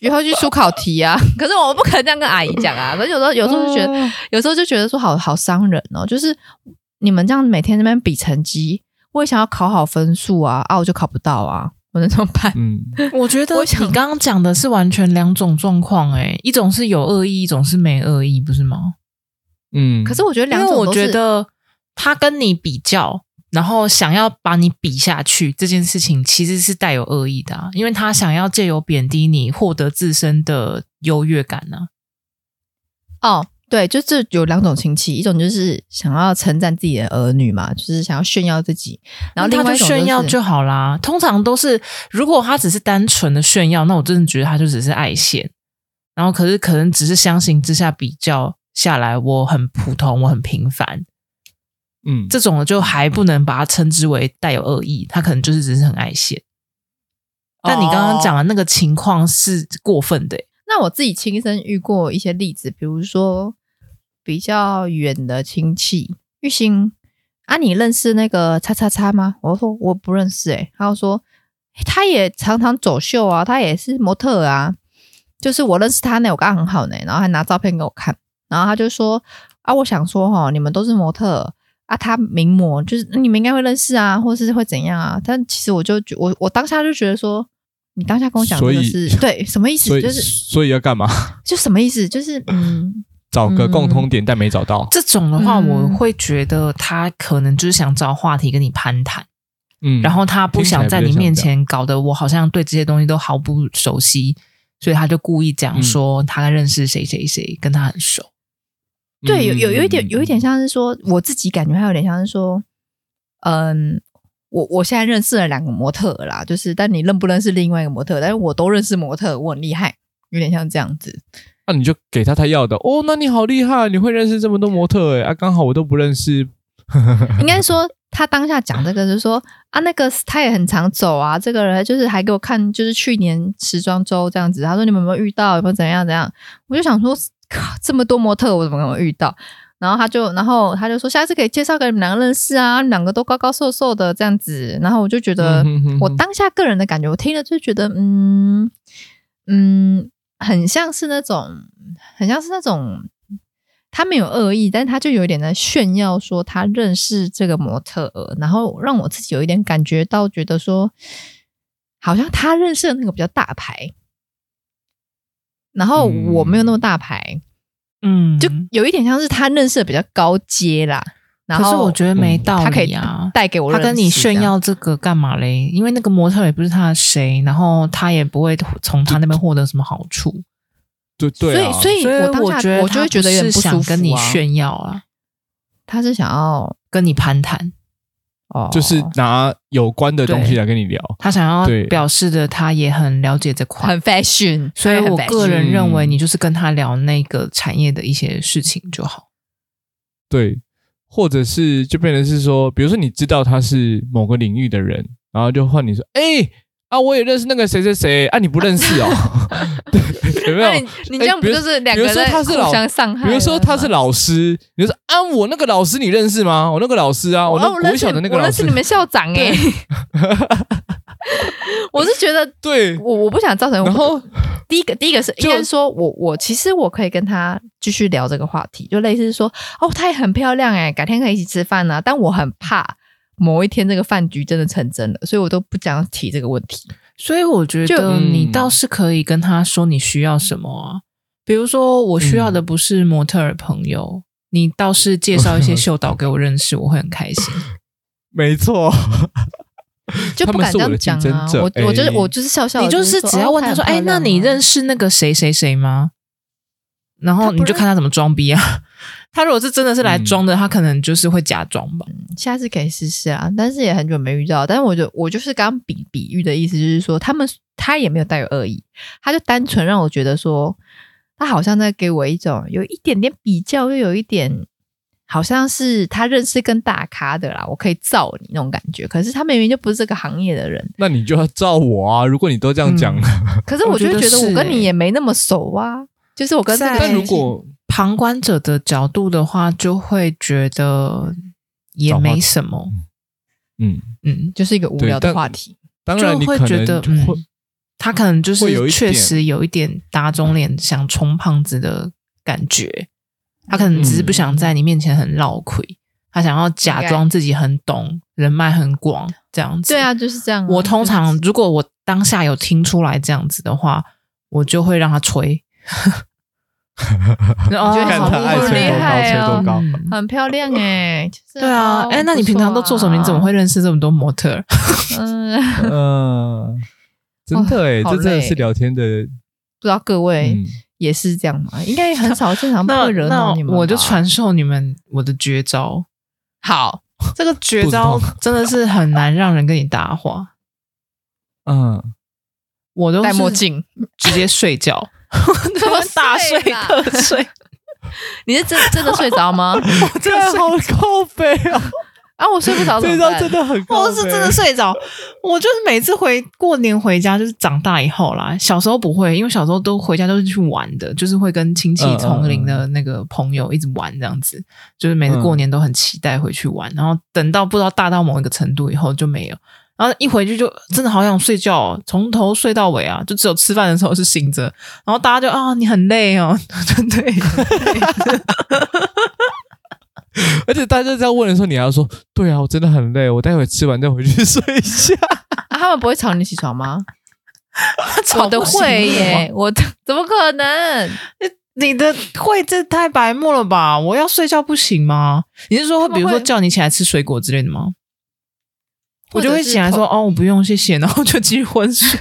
以后去出考题啊。 可是我不可能这样跟阿姨讲啊。可是有时候有时候就觉得，啊有时候就觉得说好好伤人哦，就是你们这样每天在那边比成绩，我也想要考好分数啊，啊我就考不到啊，我能怎么 办？嗯，我觉得我你想刚刚讲的是完全两种状况，哎，一种是有恶意，一种是没恶意，不是吗？嗯，可是我觉得因两为种我都觉是，得他跟你比较，然后想要把你比下去这件事情，其实是带有恶意的、啊，因为他想要借由贬低你，获得自身的优越感啊呢、哦，对，就这有两种亲戚，一种就是想要称赞自己的儿女嘛，就是想要炫耀自己，然后另那外他一就种、炫耀就就是好啦。通常都是，如果他只是单纯的炫耀，那我真的觉得他就只是爱现。然后可是可能只是相形之下比较下来，我很普通，我很平凡，嗯，这种就还不能把它称之为带有恶意，他可能就是只是很爱现。但你刚刚讲的那个情况是过分的欸、那我自己亲身遇过一些例子，比如说比较远的亲戚，玉兴啊，你认识那个叉叉叉吗？我说我不认识、欸，诶，他就说、欸他也常常走秀啊，他也是模特啊，就是我认识他呢，我跟他很好呢，然后还拿照片给我看，然后他就说啊，我想说哈，你们都是模特。啊，他名模就是你们应该会认识啊，或是会怎样啊？但其实我就觉我我当下就觉得说，你当下跟我讲这所个以是对什么意思所？以就是所以要干嘛？ 就什么意思？就是嗯，找个嗯共通点，但没找到，这种的话，嗯我会觉得他可能就是想找话题跟你攀谈，嗯，然后他不想在你听面起来前搞得我好像对这些东西都毫不熟悉，所以他就故意讲说他认识谁谁谁，跟他很熟。对，有嗯有有一点，有一点，像是说，我自己感觉还有点像是说，嗯，我我现在认识了两个模特儿啦，就是但你认不认识另外一个模特？但是我都认识模特，我很厉害，有点像这样子。那啊你就给他他要的哦。那你好厉害，你会认识这么多模特哎啊，刚好我都不认识， 应该说，他当下讲这个就是说啊，那个他也很常走啊，这个人就是还给我看，就是去年时装周这样子。他说你啊们有没有遇到，有没有怎样怎样？我就想说，靠，这么多模特，我怎么可能遇到？然后他就，然后他就说，下次可以介绍给你们两个认识啊，你们两个都高高瘦瘦的这样子。然后我就觉得，嗯哼哼我哼当下个人的感觉，我听了就觉得，嗯嗯，很像是那种，很像是那种，他没有恶意，但他就有一点在炫耀说他认识这个模特儿，然后让我自己有一点感觉到，觉得说，好像他认识的那个比较大牌，然后我没有那么大牌，嗯，就有一点像是他认识的比较高阶啦。然可后是我觉得没道他可理以啊。带给我他认识这样，跟你炫耀这个干嘛嘞？因为那个模特也不是他的谁，然后他也不会从他那边获得什么好处，对对啊，所以所以所以我当觉下得我就他会觉得有点是不舒想服跟你啊炫耀啊，他是想要跟你攀谈，哦，就是拿有关的东西来跟你聊，他想要对表示的他也很了解这块，很 fashion，所以很我 fashion 个人认为嗯你就是跟他聊那个产业的一些事情就好。对，或者是就变成是说，比如说你知道他是某个领域的人，然后就换你说，哎、啊，我也认识那个谁谁谁啊，你不认 识哦，对，有没那有？你你这样不哎比如就是两比个如说在他是老互相伤害了吗？比如说他是老师，你就说啊，我那个老师你认识吗？我那个老师啊，我那哦我国认识小的那个我老认识师你，们校长哎、 我是觉得 对，我我不想造成。然后第一个第一个是就应该是说我我其实我可以跟他继续聊这个话题，就类似说哦，她也很漂亮哎、改天可以一起吃饭呢、但我很怕某一天这个饭局真的成真了，所以我都不想提这个问题。所以我觉就得嗯你倒是可以跟他说你需要什么啊，比如说我需要嗯的不是模特儿朋友，你倒是介绍 一些秀导给我认识，我会很开心。没错，就不敢这样讲啊！他们是我我的竞争者我就是哎我就是笑笑，哦你就是只要问他说：“哎、那啊你认识？识那个谁谁谁吗？”然他后不你就看他怎么装逼啊。他如果是真的是嗯来装的，他可能就是会假装吧。下次可以试试啊，但是也很久没遇到。但是我就我就是刚刚比比喻的意思，就是说他们他也没有带有恶意，他就单纯让我觉得说，他好像在给我一种有一点点比较，又有一点好像是他认识更大咖的啦，我可以造你那种感觉。可是他明明就不是这个行业 的人，那你就要照我啊！如果你都这样嗯讲，可是我就我觉得觉得我是跟欸你也没那么熟啊，就是我跟这个在但人如果旁观者的角度的话，就会觉得也找话题没什么。嗯，嗯，就是一个无对聊的但话题。当就然你会可能觉得嗯会他可能就会有是一点确实有一点打肿脸想充胖子的感觉，他可能只是不想在你面前很绕亏，嗯他想要假装自己很懂，人脉很广这样子。对啊，就是这样啊、我通常嗯就是如果我当下有听出来这样子的话，我就会让 他吹。哦觉得看好他厉爱吹害哦多高，吹多高。嗯很漂亮哎、就是对啊，哎、那你平常都做什么？你怎么？哦会认识这么多模特儿？不错啊嗯，嗯，真的哎，哦好这真的累是聊天的，不知道各位、嗯，也是这样吗？应该也很少正常不那会惹 那恼你们吧。我就传授你们我的绝招。 好，这个绝肚子招痛 真的是很难让人跟你搭话。嗯，我都戴是墨镜，直接睡 觉，怎么大睡睡啦特睡，你是真真的睡着 吗？我真这的睡好靠背哦啊！啊，我睡不着怎这么招办？真的很靠我背，是真的睡着。我就是每次回过年回家，就是长大以后啦。小时候不会，因为小时候都回家都是去玩的，就是会跟亲戚嗯嗯嗯同龄的那个朋友一直玩这样子。就是每次过年都很期待回去玩，然后等到不知道大到某一个程度以后就没有。然后一回去就真的好想睡觉、哦，从头睡到尾啊，就只有吃饭的时候是醒着。然后大家就啊、你很累哦， 对对， 而且大家在问的时候，你还要说：“对啊，我真的很累，我待会吃完再回去睡一下。啊，他们不会吵你起床吗？ 吵我的不醒会我耶，我的怎么可能？你的会这太白目了吧？我要睡觉不行吗？你是说，他们会比如说叫你起来吃水果之类的吗？我就或会者是起来说同，哦，我不用，谢谢， 然后就继续昏睡。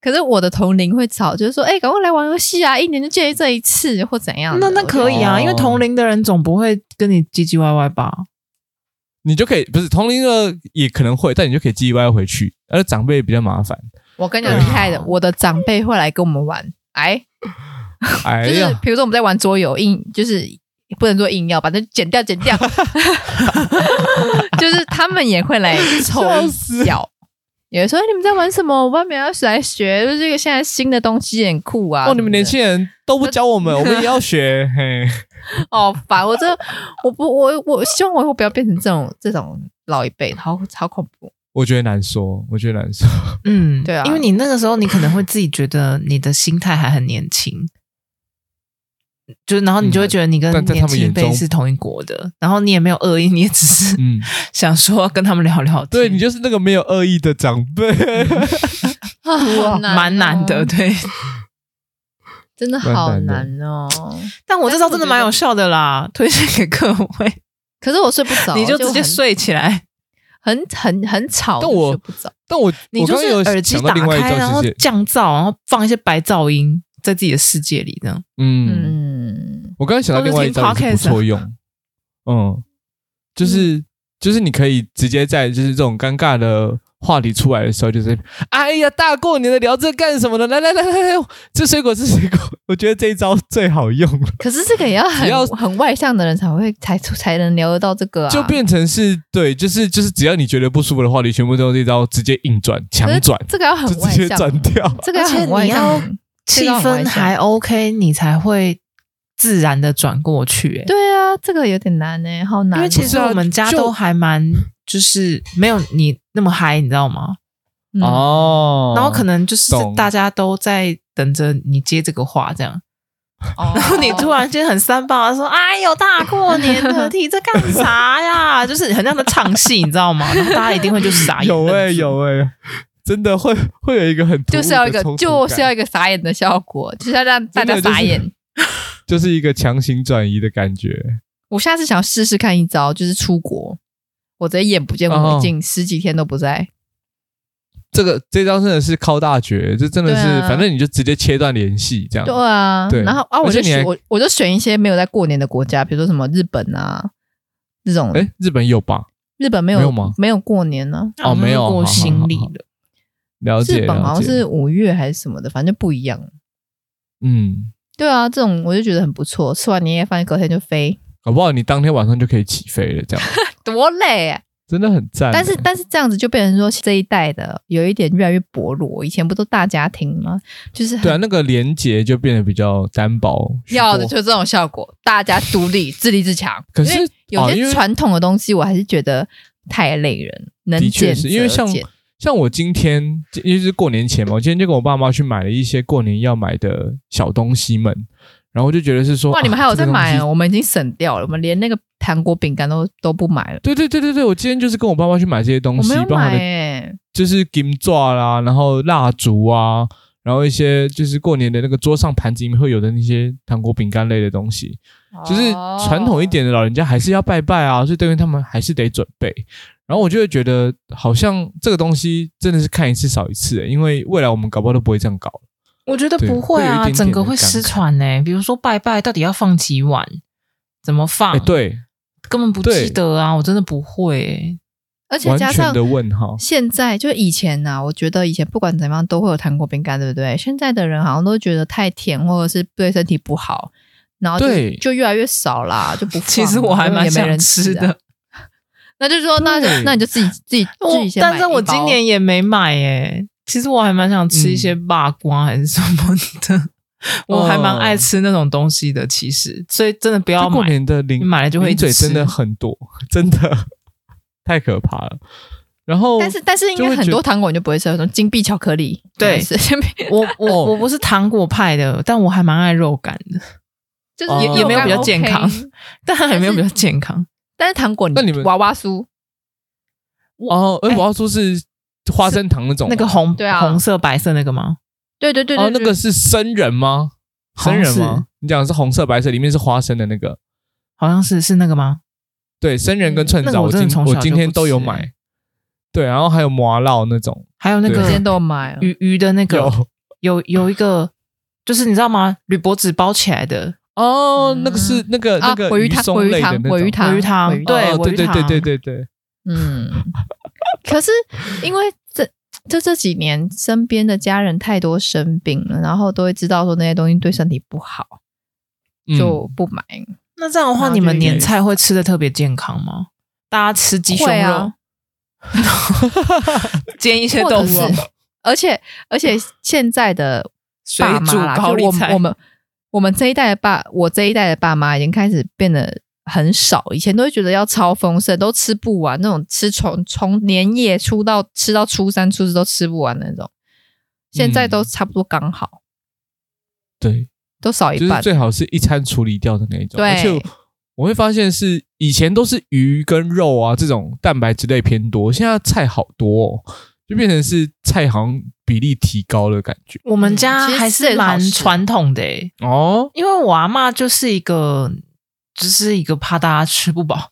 可是我的同龄会吵，就是说，哎、赶快来玩游戏啊！一年就见这一次，或怎样的？那那可以啊，哦因为同龄的人总不会跟你唧唧歪歪吧？” 你就可以不是同龄的也可能会，但你就可以 G Y 回去，而长辈比较麻 烦。我跟你讲厉对啊害的，我的长辈会来跟我们玩，哎，哎就是呀，比如说我们在玩桌游，硬就是不能说硬要，把它剪掉剪 掉，就是他们也会来凑笑一死脚。有人说哎你们在玩什么？我爸没有要来学，就是这个现在新的东西很酷啊！哦，你们年什么轻人都不教我们，我们也要 学。嘿，的哦，烦！我这我不我我希望我以后不要变成这种这种老一辈，好好恐怖。我觉得难说，我觉得 难说。嗯，对啊因为你那个时候你可能会自己觉得你的心态还很年轻，就是然后你就会觉得你跟嗯但在他年们轻一眼辈中是同一国的，然后你也没有恶意，你也只是嗯，想说跟他们聊聊天。对你就是那个没有恶意的长辈， 好难哦蛮难的，对。真的蛮好难难哦。但我这招真的蛮有效的 啦，推荐给各位，可是我睡不着，你就直接很，睡起来，很很很吵，但我睡不着。但我 你就我刚是刚有耳机想打到另外一开，然招后其实，降噪，然后放一些白噪音在自己的世界里，这样嗯嗯。我刚刚想到另外一招也是不错用，嗯，就是就是你可以直接在就是这种尴尬的话题出来的时候，就是哎呀，大过年的聊这干什么呢？来来来来来，这水果是水果，我觉得这一招最好用了，可是这个也要很只要很外向的人才会才才能聊得到这个啊。就变成是对，就是就是只要你觉得不舒服的话题，全部都是这招直接硬转强可是转，这个要就很外直接向，转掉。这个要而且很外你要向。气氛还 OK，你才会自然的转过去、欸。对啊，这个有点难呢，好难因哦。为其不是实啊我们家就都还蛮就是没有你那么嗨，你知道吗？嗯，哦然后可能就是懂大家都在等着你接这个话，这样。哦 然后你突然间很三八说：“哎呦，大过年的提这干啥呀？”就是很像在唱戏，你知道吗？然后大家一定会就傻眼。有哎、愣住有哎、真的会会有一个很突就兀是要一的个冲突感就是要一个傻眼的效果，就是要让大真的就家是傻眼。就是一个强行转移的感觉。我下次想要试试看一招，就是出国，我直接眼不见哦为净，十几天都不在。这个这招真的是靠大绝，这真的是，对啊反正你就直接切断联系这样。对啊，对然后啊，而我且就你还选我我就选一些没有在过年的国家，比如说什么日本啊这种。哎，日本有吧？日本没有没有吗过年啊呢、哦没有过心里好好好的，了解，日本好了像解是五月还是什么的，反正就不一样。嗯，对啊，这种我就觉得很不错。吃完年夜饭隔天就飞，搞不好你当天晚上就可以起飞了，这 样多累、啊！真的很赞。但是哎但是这样子就变成说这一代的有一点越来越薄弱。以前不都大家庭吗？就是很对啊，那个连结就变得比较单薄许多。要的就是这种效果，大家独立、自立自强。可是因为有哦因为些传统的东西，我还是觉得太累人。能的确减是因为则像减像我今天，因为是过年前嘛，我今天就跟我爸妈去买了一些过年要买的小东西们，然后我就觉得是说，哇，你们啊还有这个在东买西哦？我们已经省掉了，我们连那个糖果、饼干都都不买了。对对对对对，我今天就是跟我爸妈去买这些东我西没有，包含买了欸就是金爪啦，然后蜡烛啊，然后一些就是过年的那个桌上盘子里面会有的那些糖果、饼干类的东西，就是哦传统一点的老人家还是要拜拜啊，所以对于他们还是得准备。然后我就会觉得，好像这个东西真的是看一次少一次、欸，因为未来我们搞不好都不会这样搞。我觉得对不会会有一啊，点点整个的会尴尬失传呢、比如说拜拜，到底要放几碗？怎么放？哎、，对，根本不对记得啊！我真的不会、欸。而且完加全上的问号。现在就以前呐、我觉得以前不管怎么样都会有糖果、饼干，对不对？现在的人好像都觉得太甜或者是对身体不好，然后就对就越来越少啦，就不 放了。 其实我还因为蛮也没想人吃啊的，那就是说，那就对那你就自己自己自我己先买但是我一包今年也没买耶。其实我还蛮想吃一些嗯霸瓜还是什么的，我还蛮爱吃那种东西的。其实，所以真的不要哦过买，年的零你买了就会一零直嘴真的吃很多， 真的太可怕了。然后，但是但是应该很就会多糖果你就不会吃，什么金币巧克力，对还是 我 哦我我不是糖果派的，但我还蛮爱肉感的，就是哦也也没有比较健康 OK 但也没有比较但是健康。但是糖果，那你们娃娃酥，哦，哎、哎我要说是花生糖那种吗，那个红对啊红色白色那个吗？对对对对，哦，那对个是生人吗？好生像人是，吗？你讲的是红色、白色，里面是花生的那个。好像是是那个吗？对，生人跟嗯趁那早，个我真的今从小我就今天不都有吃买欸。对，然后还有麻酪那种，还有那我对之前个都有买啊了，鱼鱼的那个有有有一个，就是你知道吗？铝箔纸包起来的哦，那个嗯是那个那啊个鲑鱼汤松鲑鱼类的汤那鲑鱼种汤鱼尾汤，哦尾鱼对鱼对对糖对对对，嗯，可是因为这这这几年身边的家人太多生病了，然后都会知道说那些东西对身体不好，嗯就不买。那这样的话，然后你们就年菜会吃的特别健康吗？大家吃鸡胸会肉啊， 煎一些或豆者腐哦是，而且而且现在的水爸妈煮啦，高就丽我们菜我。们我们这一代的爸，我这一代的爸妈已经开始变得很少，以前都会觉得要超丰盛，都吃不完那种吃从从年夜初到吃到初三、初四都吃不完那种，现在都嗯差不多刚好，对，都少就一是半。最好是一餐处理掉的那一种。对而且我会发现是以前都是鱼跟肉啊这种蛋白质类偏多，现在菜好多、哦，就变成是菜好像比例提高了感觉。我们家其实还嗯这是也是好蛮事传统的、欸，哦，因为我阿嬷就是一个，就是一个怕大家吃不饱，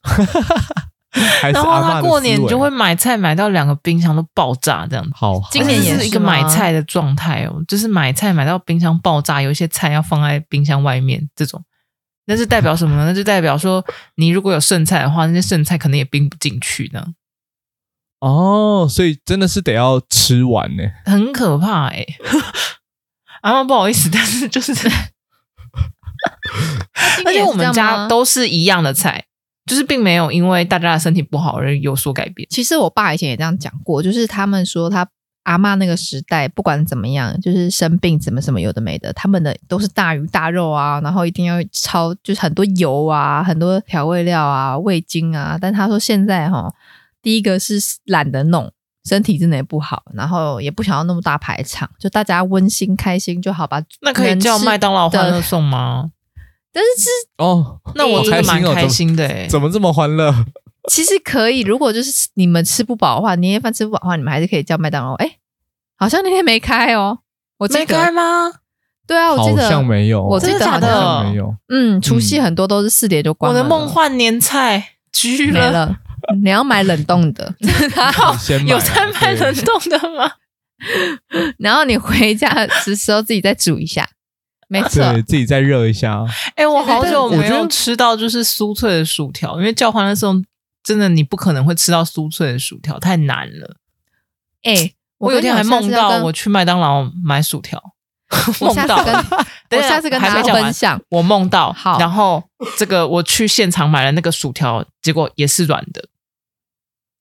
还是然后阿妈她过年啊就会买菜买到两个冰箱都爆炸这样子。好，今年也就是是一个吗买菜的状态哦，就是买菜买到冰箱爆炸，有一些菜要放在冰箱外面这种。那是代表什么 呢？那就代表说，你如果有剩菜的话，那些剩菜可能也冰不进去呢。哦，所以真的是得要吃完呢、很可怕 哎、阿妈不好意思，但是 就是，而且我们家都是一样的菜，就是并没有因为大家的身体不好而有所改变。其实我爸以前也这样讲过，就是他们说他阿嬷那个时代，不管怎么样，就是生病怎么什么有的没的，他们的都是大鱼大肉啊，然后一定要超就是很多油啊，很多调味料啊，味精啊。但他说现在哈，第一个是懒得弄。身体真的也不好，然后也不想要那么大排场，就大家温馨开心就好吧。那可以叫能吃麦当劳欢乐颂吗？但是是哦，那我觉得蛮开心的哎、怎么这么欢乐？其实可以，如果就是你们吃不饱的话，年夜饭吃不饱的话，你们还是可以叫麦当劳。哎、好像那天没开哦，我记没开得。吗？对啊，我记好得像没有，我记真的得假好好像像的没？有。嗯，除夕很多都是四点就关我的门了梦幻年菜居没了，了。你要买冷冻的，你先买啊有在卖冷对冻的吗？然后你回家的时候自己再煮一下。没错，对自己再热一下。 哎、我好久没我觉有得吃到就是酥脆的薯条，因为叫欢乐颂真的你不可能会吃到酥脆的薯条，太难了。哎、我有一跟天你还讲梦到我我去麦当劳买薯 条，我梦下次到跟。等一我下下次跟还大没家讲完分。享。我梦到，好然后这个我去现场买了那个薯条，结果也是软的，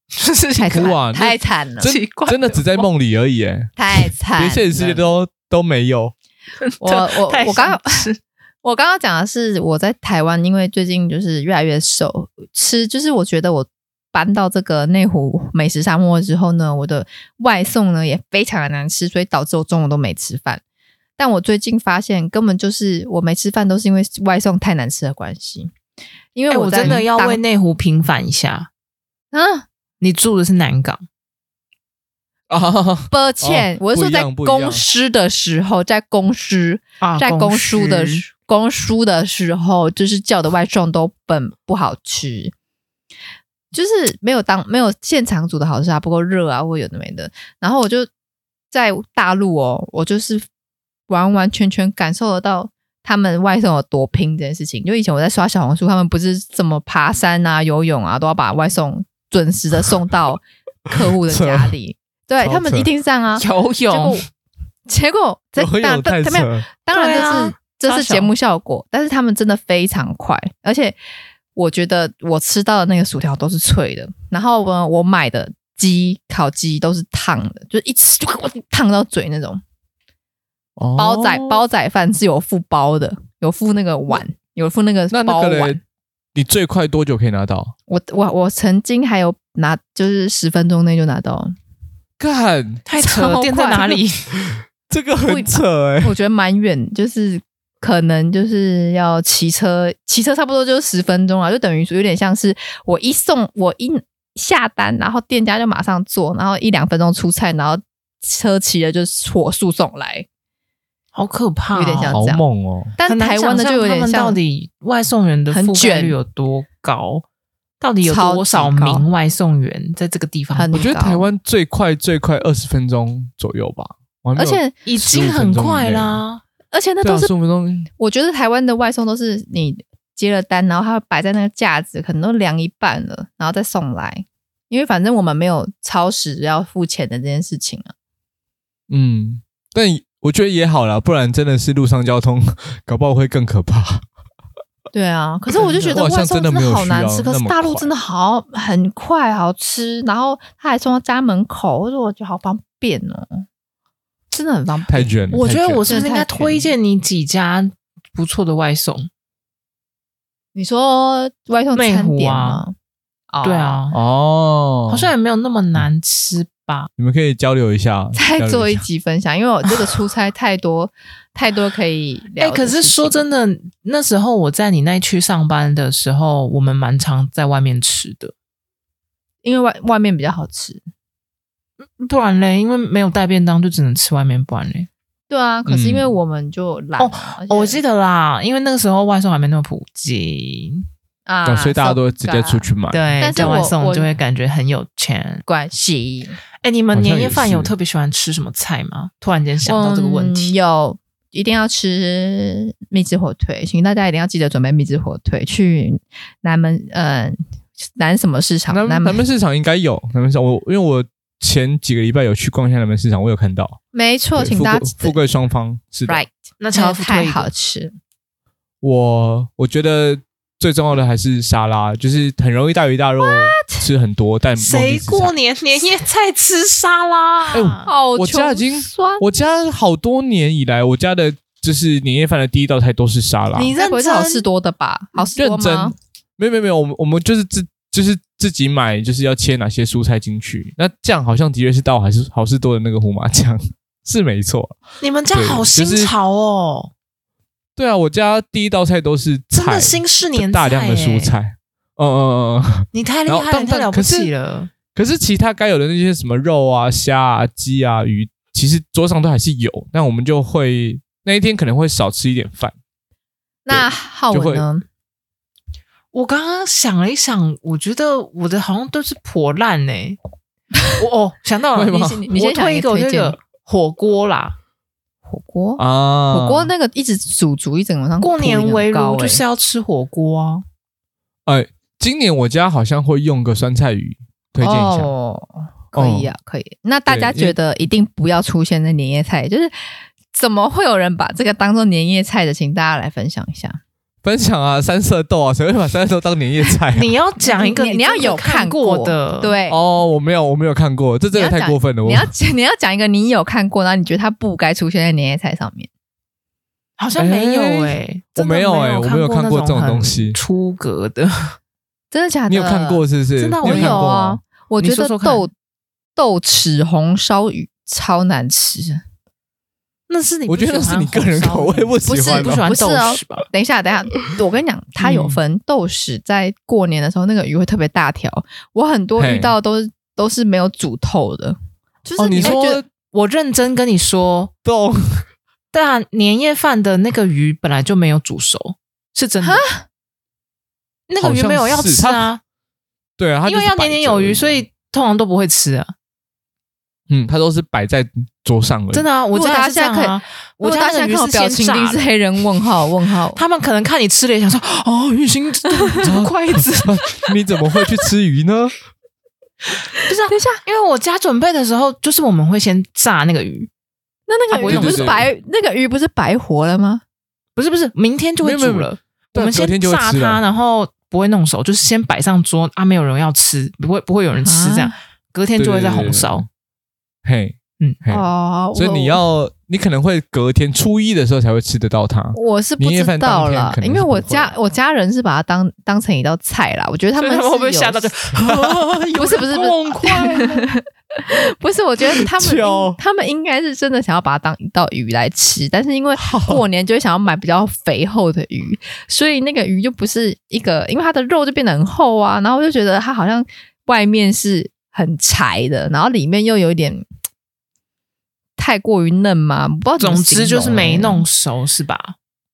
就是太惨哭啊了，那太惨了，真奇怪的真的只在梦里而已，哎，太惨了！连现实世界都都没有。我我太我刚刚想吃我刚刚讲的是我在台湾，因为最近就是越来越瘦，吃就是我觉得我搬到这个内湖美食沙漠之后呢，我的外送呢也非常的难吃，所以导致我中午都没吃饭。但我最近发现，根本就是我没吃饭都是因为外送太难吃的关系。因为哎我在真的要当为内湖平反一下。啊，你住的是南港，啊， 抱歉，哦我是说在不一样公司的时候，在公司啊在公公司书的时公书的时候，就是叫的外送都本不好吃，就是没有当没有现场煮的好吃啊，不够热啊，或有的没的。然后我就在大陆哦，我就是完完全全感受得到他们外送有多拼这件事情。就以前我在刷小红书，他们不是怎么爬山啊、游泳啊，都要把外送准时的送到客户的家 里。对超他们扯一定这样 啊，游结果泳，结果在我大有大太他们扯，当然对这啊是、这超是节小目效果，但是他们真的非常快，而且我觉得我吃到的那个薯条都是脆的，然后呢，我买的鸡烤鸡都是烫的，就是一吃就给我烫到嘴那种。包仔、哦煲包仔饭是有附包的，有附那个碗，有附那个那包那个碗嘞。，你最快多久可以拿到？我我我曾经还有拿，就是十分钟内就拿到了，干，太扯超了，快店在哪里？这个很扯哎。我觉得蛮远，就是可能就是要骑车，骑车差不多就是十分钟啊，就等于说有点像是我一送我一下单，然后店家就马上做，然后一两分钟出菜，然后车骑了就火速送来。 好可怕哦，有点像好这样猛哦！但很难台湾的就想象他有点们像到，底外送员的很覆盖卷率有多高？到底有超级多少高名外送员在这个地方？很我觉得高台湾最快最快二十分钟左右吧，我还没而有且已经很快啦，而且那对都啊，是十五分钟我觉得台湾的外送都是你接了单，然后它摆在那个架子，可能都量一半了，然后再送来。因为反正我们没有超时要付钱的这件事情啊，嗯，但我觉得也好啦，不然真的是路上交通， 搞不好会更可 怕。对啊。可是我就觉得我好像外送真的没有好难需吃，要可那是么大陆快真的好很快好吃，然后他还送到家门口，我说我觉得好方便哦，真的很方便。太卷了，我觉太得卷我了是不是应该推荐你几家不错的外送？你说外送内餐湖点啊吗？哦嗯对，啊，哦，好像也没有那么难吃吧？你们可以交流一下，交再流做一下集分享，因为我这个出差太 多太多可以聊哎，的事情。可是说真的，那时候我在你那一区上班的时候，我们蛮常在外面吃的。因为外外面比较好吃。不然嘞，因为没有带便当，就只能吃外面。不然嘞，对啊，可是因为嗯我们就懒、啊哦我记得得啦，因为那个时候外送还没那么普及，啊、啊所以大家都会直接出 so-ga 去买。对，但是叫我外送我就会感觉很有钱。关系。哎，你们好像年夜也饭是有特别喜欢吃什么菜吗？突然间想到这个问嗯题，有一定要吃蜜汁火腿，请大家一定要记得准备蜜汁火腿去南门，嗯、南什么市场？南南南门市场应该有南门市场，我因为我前几个礼拜有去逛一下南门市场，我有看到。没错，对请富大家贵富贵双方是的。 right，那乔那夫推太一个好吃。我我觉得最重要的还是沙拉，就是很容易大鱼大肉，吃很多，但忘记谁吃沙过年年夜菜吃沙拉、哎啊？哦，我家已经酸，我家好多年以来，我家的就是年夜饭的第一道菜都是沙拉。你该认不会真是好事多的吧？好事多认真吗？？没有没有没有，我们我们就是自就是自己买，就是要切哪些蔬菜进去。那酱好像的确是到还是好事多的那个胡麻酱是没错。你们家对好新就是潮哦，对啊，我家第一道菜都是真菜的，新式年菜、哎大量的蔬，菜。嗯嗯嗯嗯。你太厉然后害了，但你太但了不可是起了。可是其他该有的那些什么肉啊、虾啊、鸡啊、鱼，其实桌上都还是有，但我们就会那一天可能会少吃一点饭。那浩就文会呢？我刚刚想了一想，我觉得我的好像都是破烂呢、我哦，想到了，会吗你你先你先我想推一一个个那推荐个火锅啦，火锅啊，火锅那个一直煮煮一整嗯晚上，过年围普林很炉高就是欸要吃火 锅啊。哎，今年我家好像会用个酸菜鱼，推荐一下。哦，可以啊，可以。那大家对因为觉得一定不要出现在年夜菜，就是怎么会有人把这个当做年夜菜的？请大家来分享一下。 分享啊，三色豆啊，谁会把三色豆当年夜菜、啊？你要讲一个你真你要的有看过的，，对。 哦，我没有，我没有看过，这真的你太要讲过分了。我你要讲你要讲一个你有看过，然后你觉得它不该出现在年夜菜上面。好像没有哎哎、我真的没有哎、哎、我没有看过这种东西。出格的。真的假的？你有看过是不是？真的你我有看有过啊吗？，我觉你说得说看豆豆豉红烧鱼超难吃。那是你不我觉得喜那是欢你个人红烧口味的不喜欢、是啊。不喜欢不是豆哦豉吧？等一下，等一下，我跟你讲，它有分豆豉，在过年的时候那个鱼会特别大条。我很多嘿遇到都是都是没有煮透的，就哦，是你会觉得说我认真跟你说，豆 对啊，年夜饭的那个鱼本来就没有煮熟，是真的。那个好鱼像没有要是吃啊，对啊，它因就是为要摆年年着有而余，已所以通常都不会吃啊。嗯，它都是摆在桌上而已。真的，的啊，我如果家大也是这家样可以啊，我我大家的家看鱼我是表先情，一炸定是哦的。黑人问号 问号。他们可能看你吃了也想说，哦，鱼腥怎么筷 子？你怎么会去吃鱼呢？不是啊，等一下，因为我家准备的时候，就是我们会先炸那个鱼，那那个我鱼有不是啊白那个鱼不是白活了吗？不是不是，明天就会没有没有煮没有了。我对们隔先天就会炸吃了它，然后不会弄熟，就是先摆上桌啊，没有人要吃，不会不会有人吃这样，隔天就会再红烧。 嘿，嗯嘿，哦，所以你我要，你可能会隔天初一的时候才会吃得到它。我是不年夜知饭道当天啦，可能因是为不我会家我家人是把它当当成一道菜啦。我觉得他所以们他们会不会是有吓到就？ 不是不是不是痛 哦快了 不是，我觉得 他们应巧他们应该是真的想要把它当一道鱼来吃，但是因为过年就会想要买比较肥厚的鱼，所以那个鱼就不是一个，因为它的肉就变得很厚啊，然后我就觉得它好像外面是很柴的，然后里面又有一点太过于嫩嘛，不知道怎么总之就是形容欸没弄，熟是吧？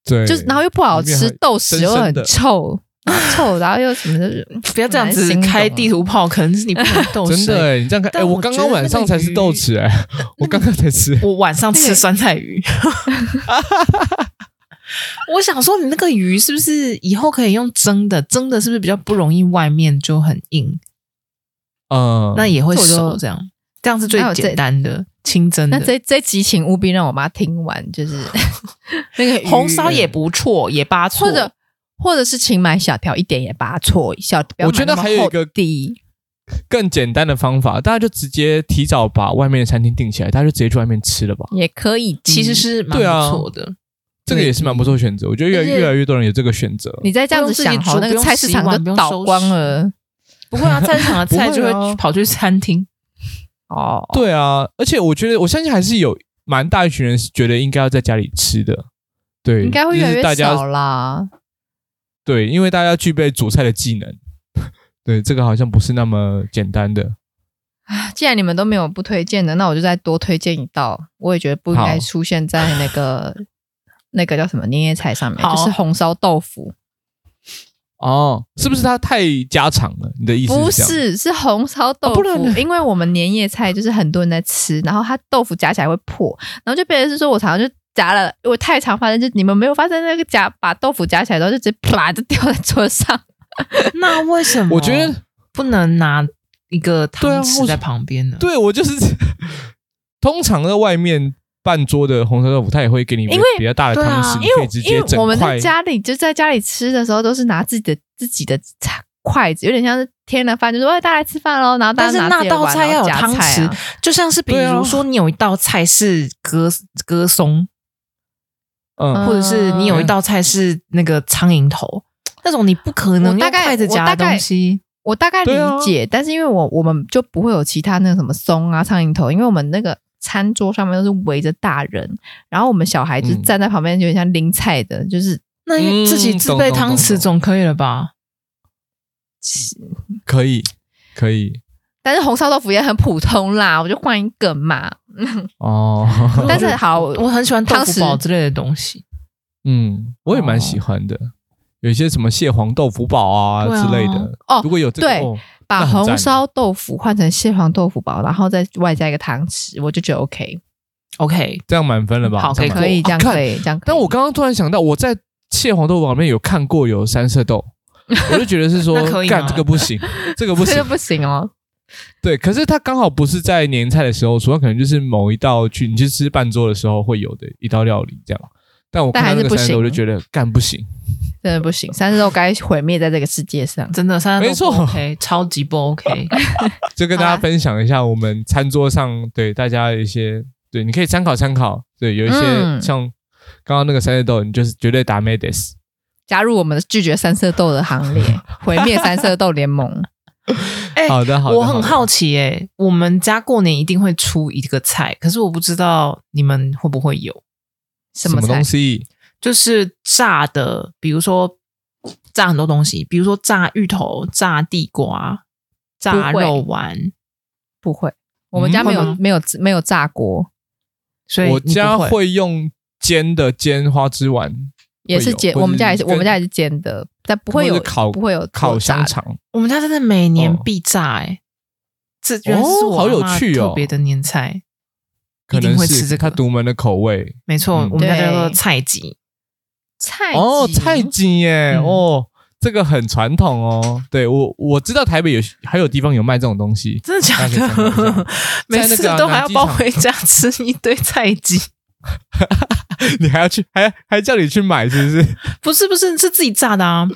对，就是然后又不好里吃面还，豆豉又生很生的臭，臭，然后又什么的，不要这样很子难形容开地图炮，可能是你不能斗真的神。哎，你这样看，哎，但我我刚觉刚得晚那上个才吃鱼豆豉哎， 我刚刚才吃。我晚上吃酸菜鱼， 我想说你那个鱼是不是以后可以用蒸的？蒸的是不是比较不容易外面就很硬？嗯，那也会这我熟就这样，这样是最那我这简单的清蒸那的。这这集请务必让我妈听完，就是 那个鱼红烧也不错，也八错，嗯或者或者是请买小条一点也把它错一下，不要我觉得买那么还有一厚个底更简单的方法，大家就直接提早把外面的餐厅订起来，大家就直接去外面吃了吧。也可以的。其实是蛮对啊不错的。这个也是蛮不错的选择，我觉得越来而且越来越多人有这个选择。你再这样子想好，不用自那己煮个菜市场不用洗碗就倒光了。不会啊，菜市场的不会菜啊就会跑去 餐厅。哦，对啊，而且我觉得我相信还是有蛮大一群人是觉得应该要在家里吃的，对，应该会越来就是越大少家啦。对，因为大家具备煮菜的技能，对，这个好像不是那么简单的。啊既然你们都没有不推荐的，那我就再多推荐一道，我也觉得不应该好出现在那个那个叫什么年夜菜上面，好就是红烧豆腐，哦，是不是它太家常了？你的意思不是这样？是是红烧豆哦不腐然，呢因为我们年夜菜就是很多人在吃，然后它豆腐夹起来会破，然后就变成是说我常常就夹了，我太常发现，就你们没有发现那个夹把豆腐夹起来之后就直接啪就掉在桌上，那为什么？我觉哦得不能拿一个对啊汤匙为在什旁边呢？对我就是通常在外面半桌的红烧豆腐，他也会给你因为比较大的对啊汤匙，你因可为以直因接为整我们块在。家里就在家里吃的时候，都是拿自己的自己的叉筷子，有点像是添了饭，就说哎大家来吃饭喽，然后大但是家拿那自己的道碗菜然要后有夹汤菜匙啊。，就像是比对啊如说你有一道菜是鸽鸽松，嗯嗯，或者是你有一道菜是那个苍蝇头，那种你不可能我大用概筷子夹我大的概东西。我大概理对啊解，但是因为我我们就不会有其他那个什么松啊、苍蝇头，因为我们那个餐桌上面都是围着大人，然后我们小孩就嗯站在旁边，有点像拎菜的，就是那嗯自己自备懂懂汤匙懂总可以了吧？可以，可以但是红烧豆腐也很普通啦，我就换一个嘛。哦。但是好，我很喜欢豆汤匙腐堡之类的东西。嗯，我也哦蛮喜欢的。有一些什么蟹黄豆腐堡啊对啊之类的，哦如果有这个，对哦把那很赞欸红烧豆腐换成蟹黄豆腐煲，然后再外加一个汤匙，我就觉得 OK， OK，这样满分了吧？好这样满可分以哦这样看可以这样 可以。但我刚刚突然想到，我在蟹黄豆腐堡里面有看过有三色 豆，我就觉得是说那可以吗干这个不行，这个不这行个， 不行哦，对，可是它刚好不是在年菜的时候出，它可能就是某一道去你去吃半桌的时候会有的一道料理这样。但我但看还到是那不个三行色，我就觉得干不行。真的不行，三色豆该毁灭在这个世界上。真的，三色豆没不错 OK，超级 不 OK。就跟大好家啦分享一下我们餐桌上对大家一些对，你可以参考参考。对，有一些嗯像刚刚那个三色豆，你就是绝对打 m e d i s 加入我们的拒绝三色豆的行列，毁灭三色豆联盟。哎好的，好的。我很的好奇哎、我们家过年一定会出一个菜，可是我不知道你们会不会有，什么么菜东？西？就是炸的，比如说炸很多东西，比如说炸芋头、炸地瓜、炸不会肉丸，不会，我嗯们家没有、会吗没有没有炸锅，所以我你不家会会用煎的煎花枝丸，也是有煎。或我们是家也是，跟我们家也是煎的，但不会或有是烤不会有烤做炸香的。肠。我们家真的每年哦必炸哎、这原来是我好有阿嬷趣哦特别的年菜，可一能定会吃是这它个独门的口味没错，嗯我们家叫做对菜鸡，菜哦，鸡菜鸡耶、嗯哦，这个很传统哦。对我我知道台北有还有地方有卖这种东西， 真的假大家可以参考的一？ 每在那次个啊都还南要机抱场回家吃一堆菜鸡。你还要去还还叫你去买是不是？不是不是，是自己炸的啊。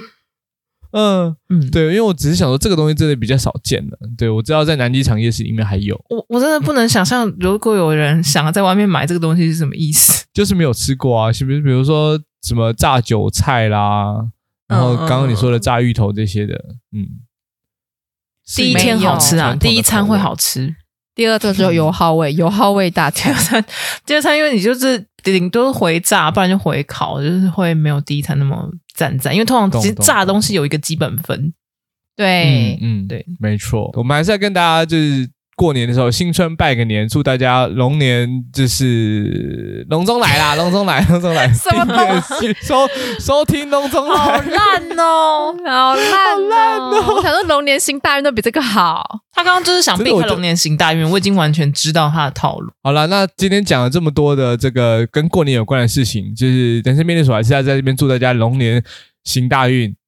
嗯，嗯，对，因为我只是想说这个东西真的比较少见了。对我知道在南机场夜市里面还有，我我真的不能想象，如果有人想要在外面买这个东西是什么意思。就是没有吃过啊，是不是？比如说什么炸韭菜啦，然后刚刚你说的炸芋头这些的，嗯，是第一没天有好吃啊，传统的第一餐口味会好吃，第二个就是嗯油耗味，油耗味大第餐二。 餐第二餐因为你就是顶多回炸，不然就回烤，就是会没有第一餐那么赞赞。因为通常懂其实懂炸的东西有一个基本分，对嗯，嗯，对，没错。我们还是要跟大家就是过年的时候，新春拜个年，祝大家龙年就是龙中来啦，龙中来，龙中来，什么订 阅收收听龙中好来。烂哦， 好烂、好烂哦！我想说龙年行大运都比这个好，他刚刚就是想真的避我开就龙年行大运，我已经完全知道他的套路。好了，那今天讲了这么多的这个跟过年有关的事情，就是人生便利所还是要在这边祝大家龙年行大运，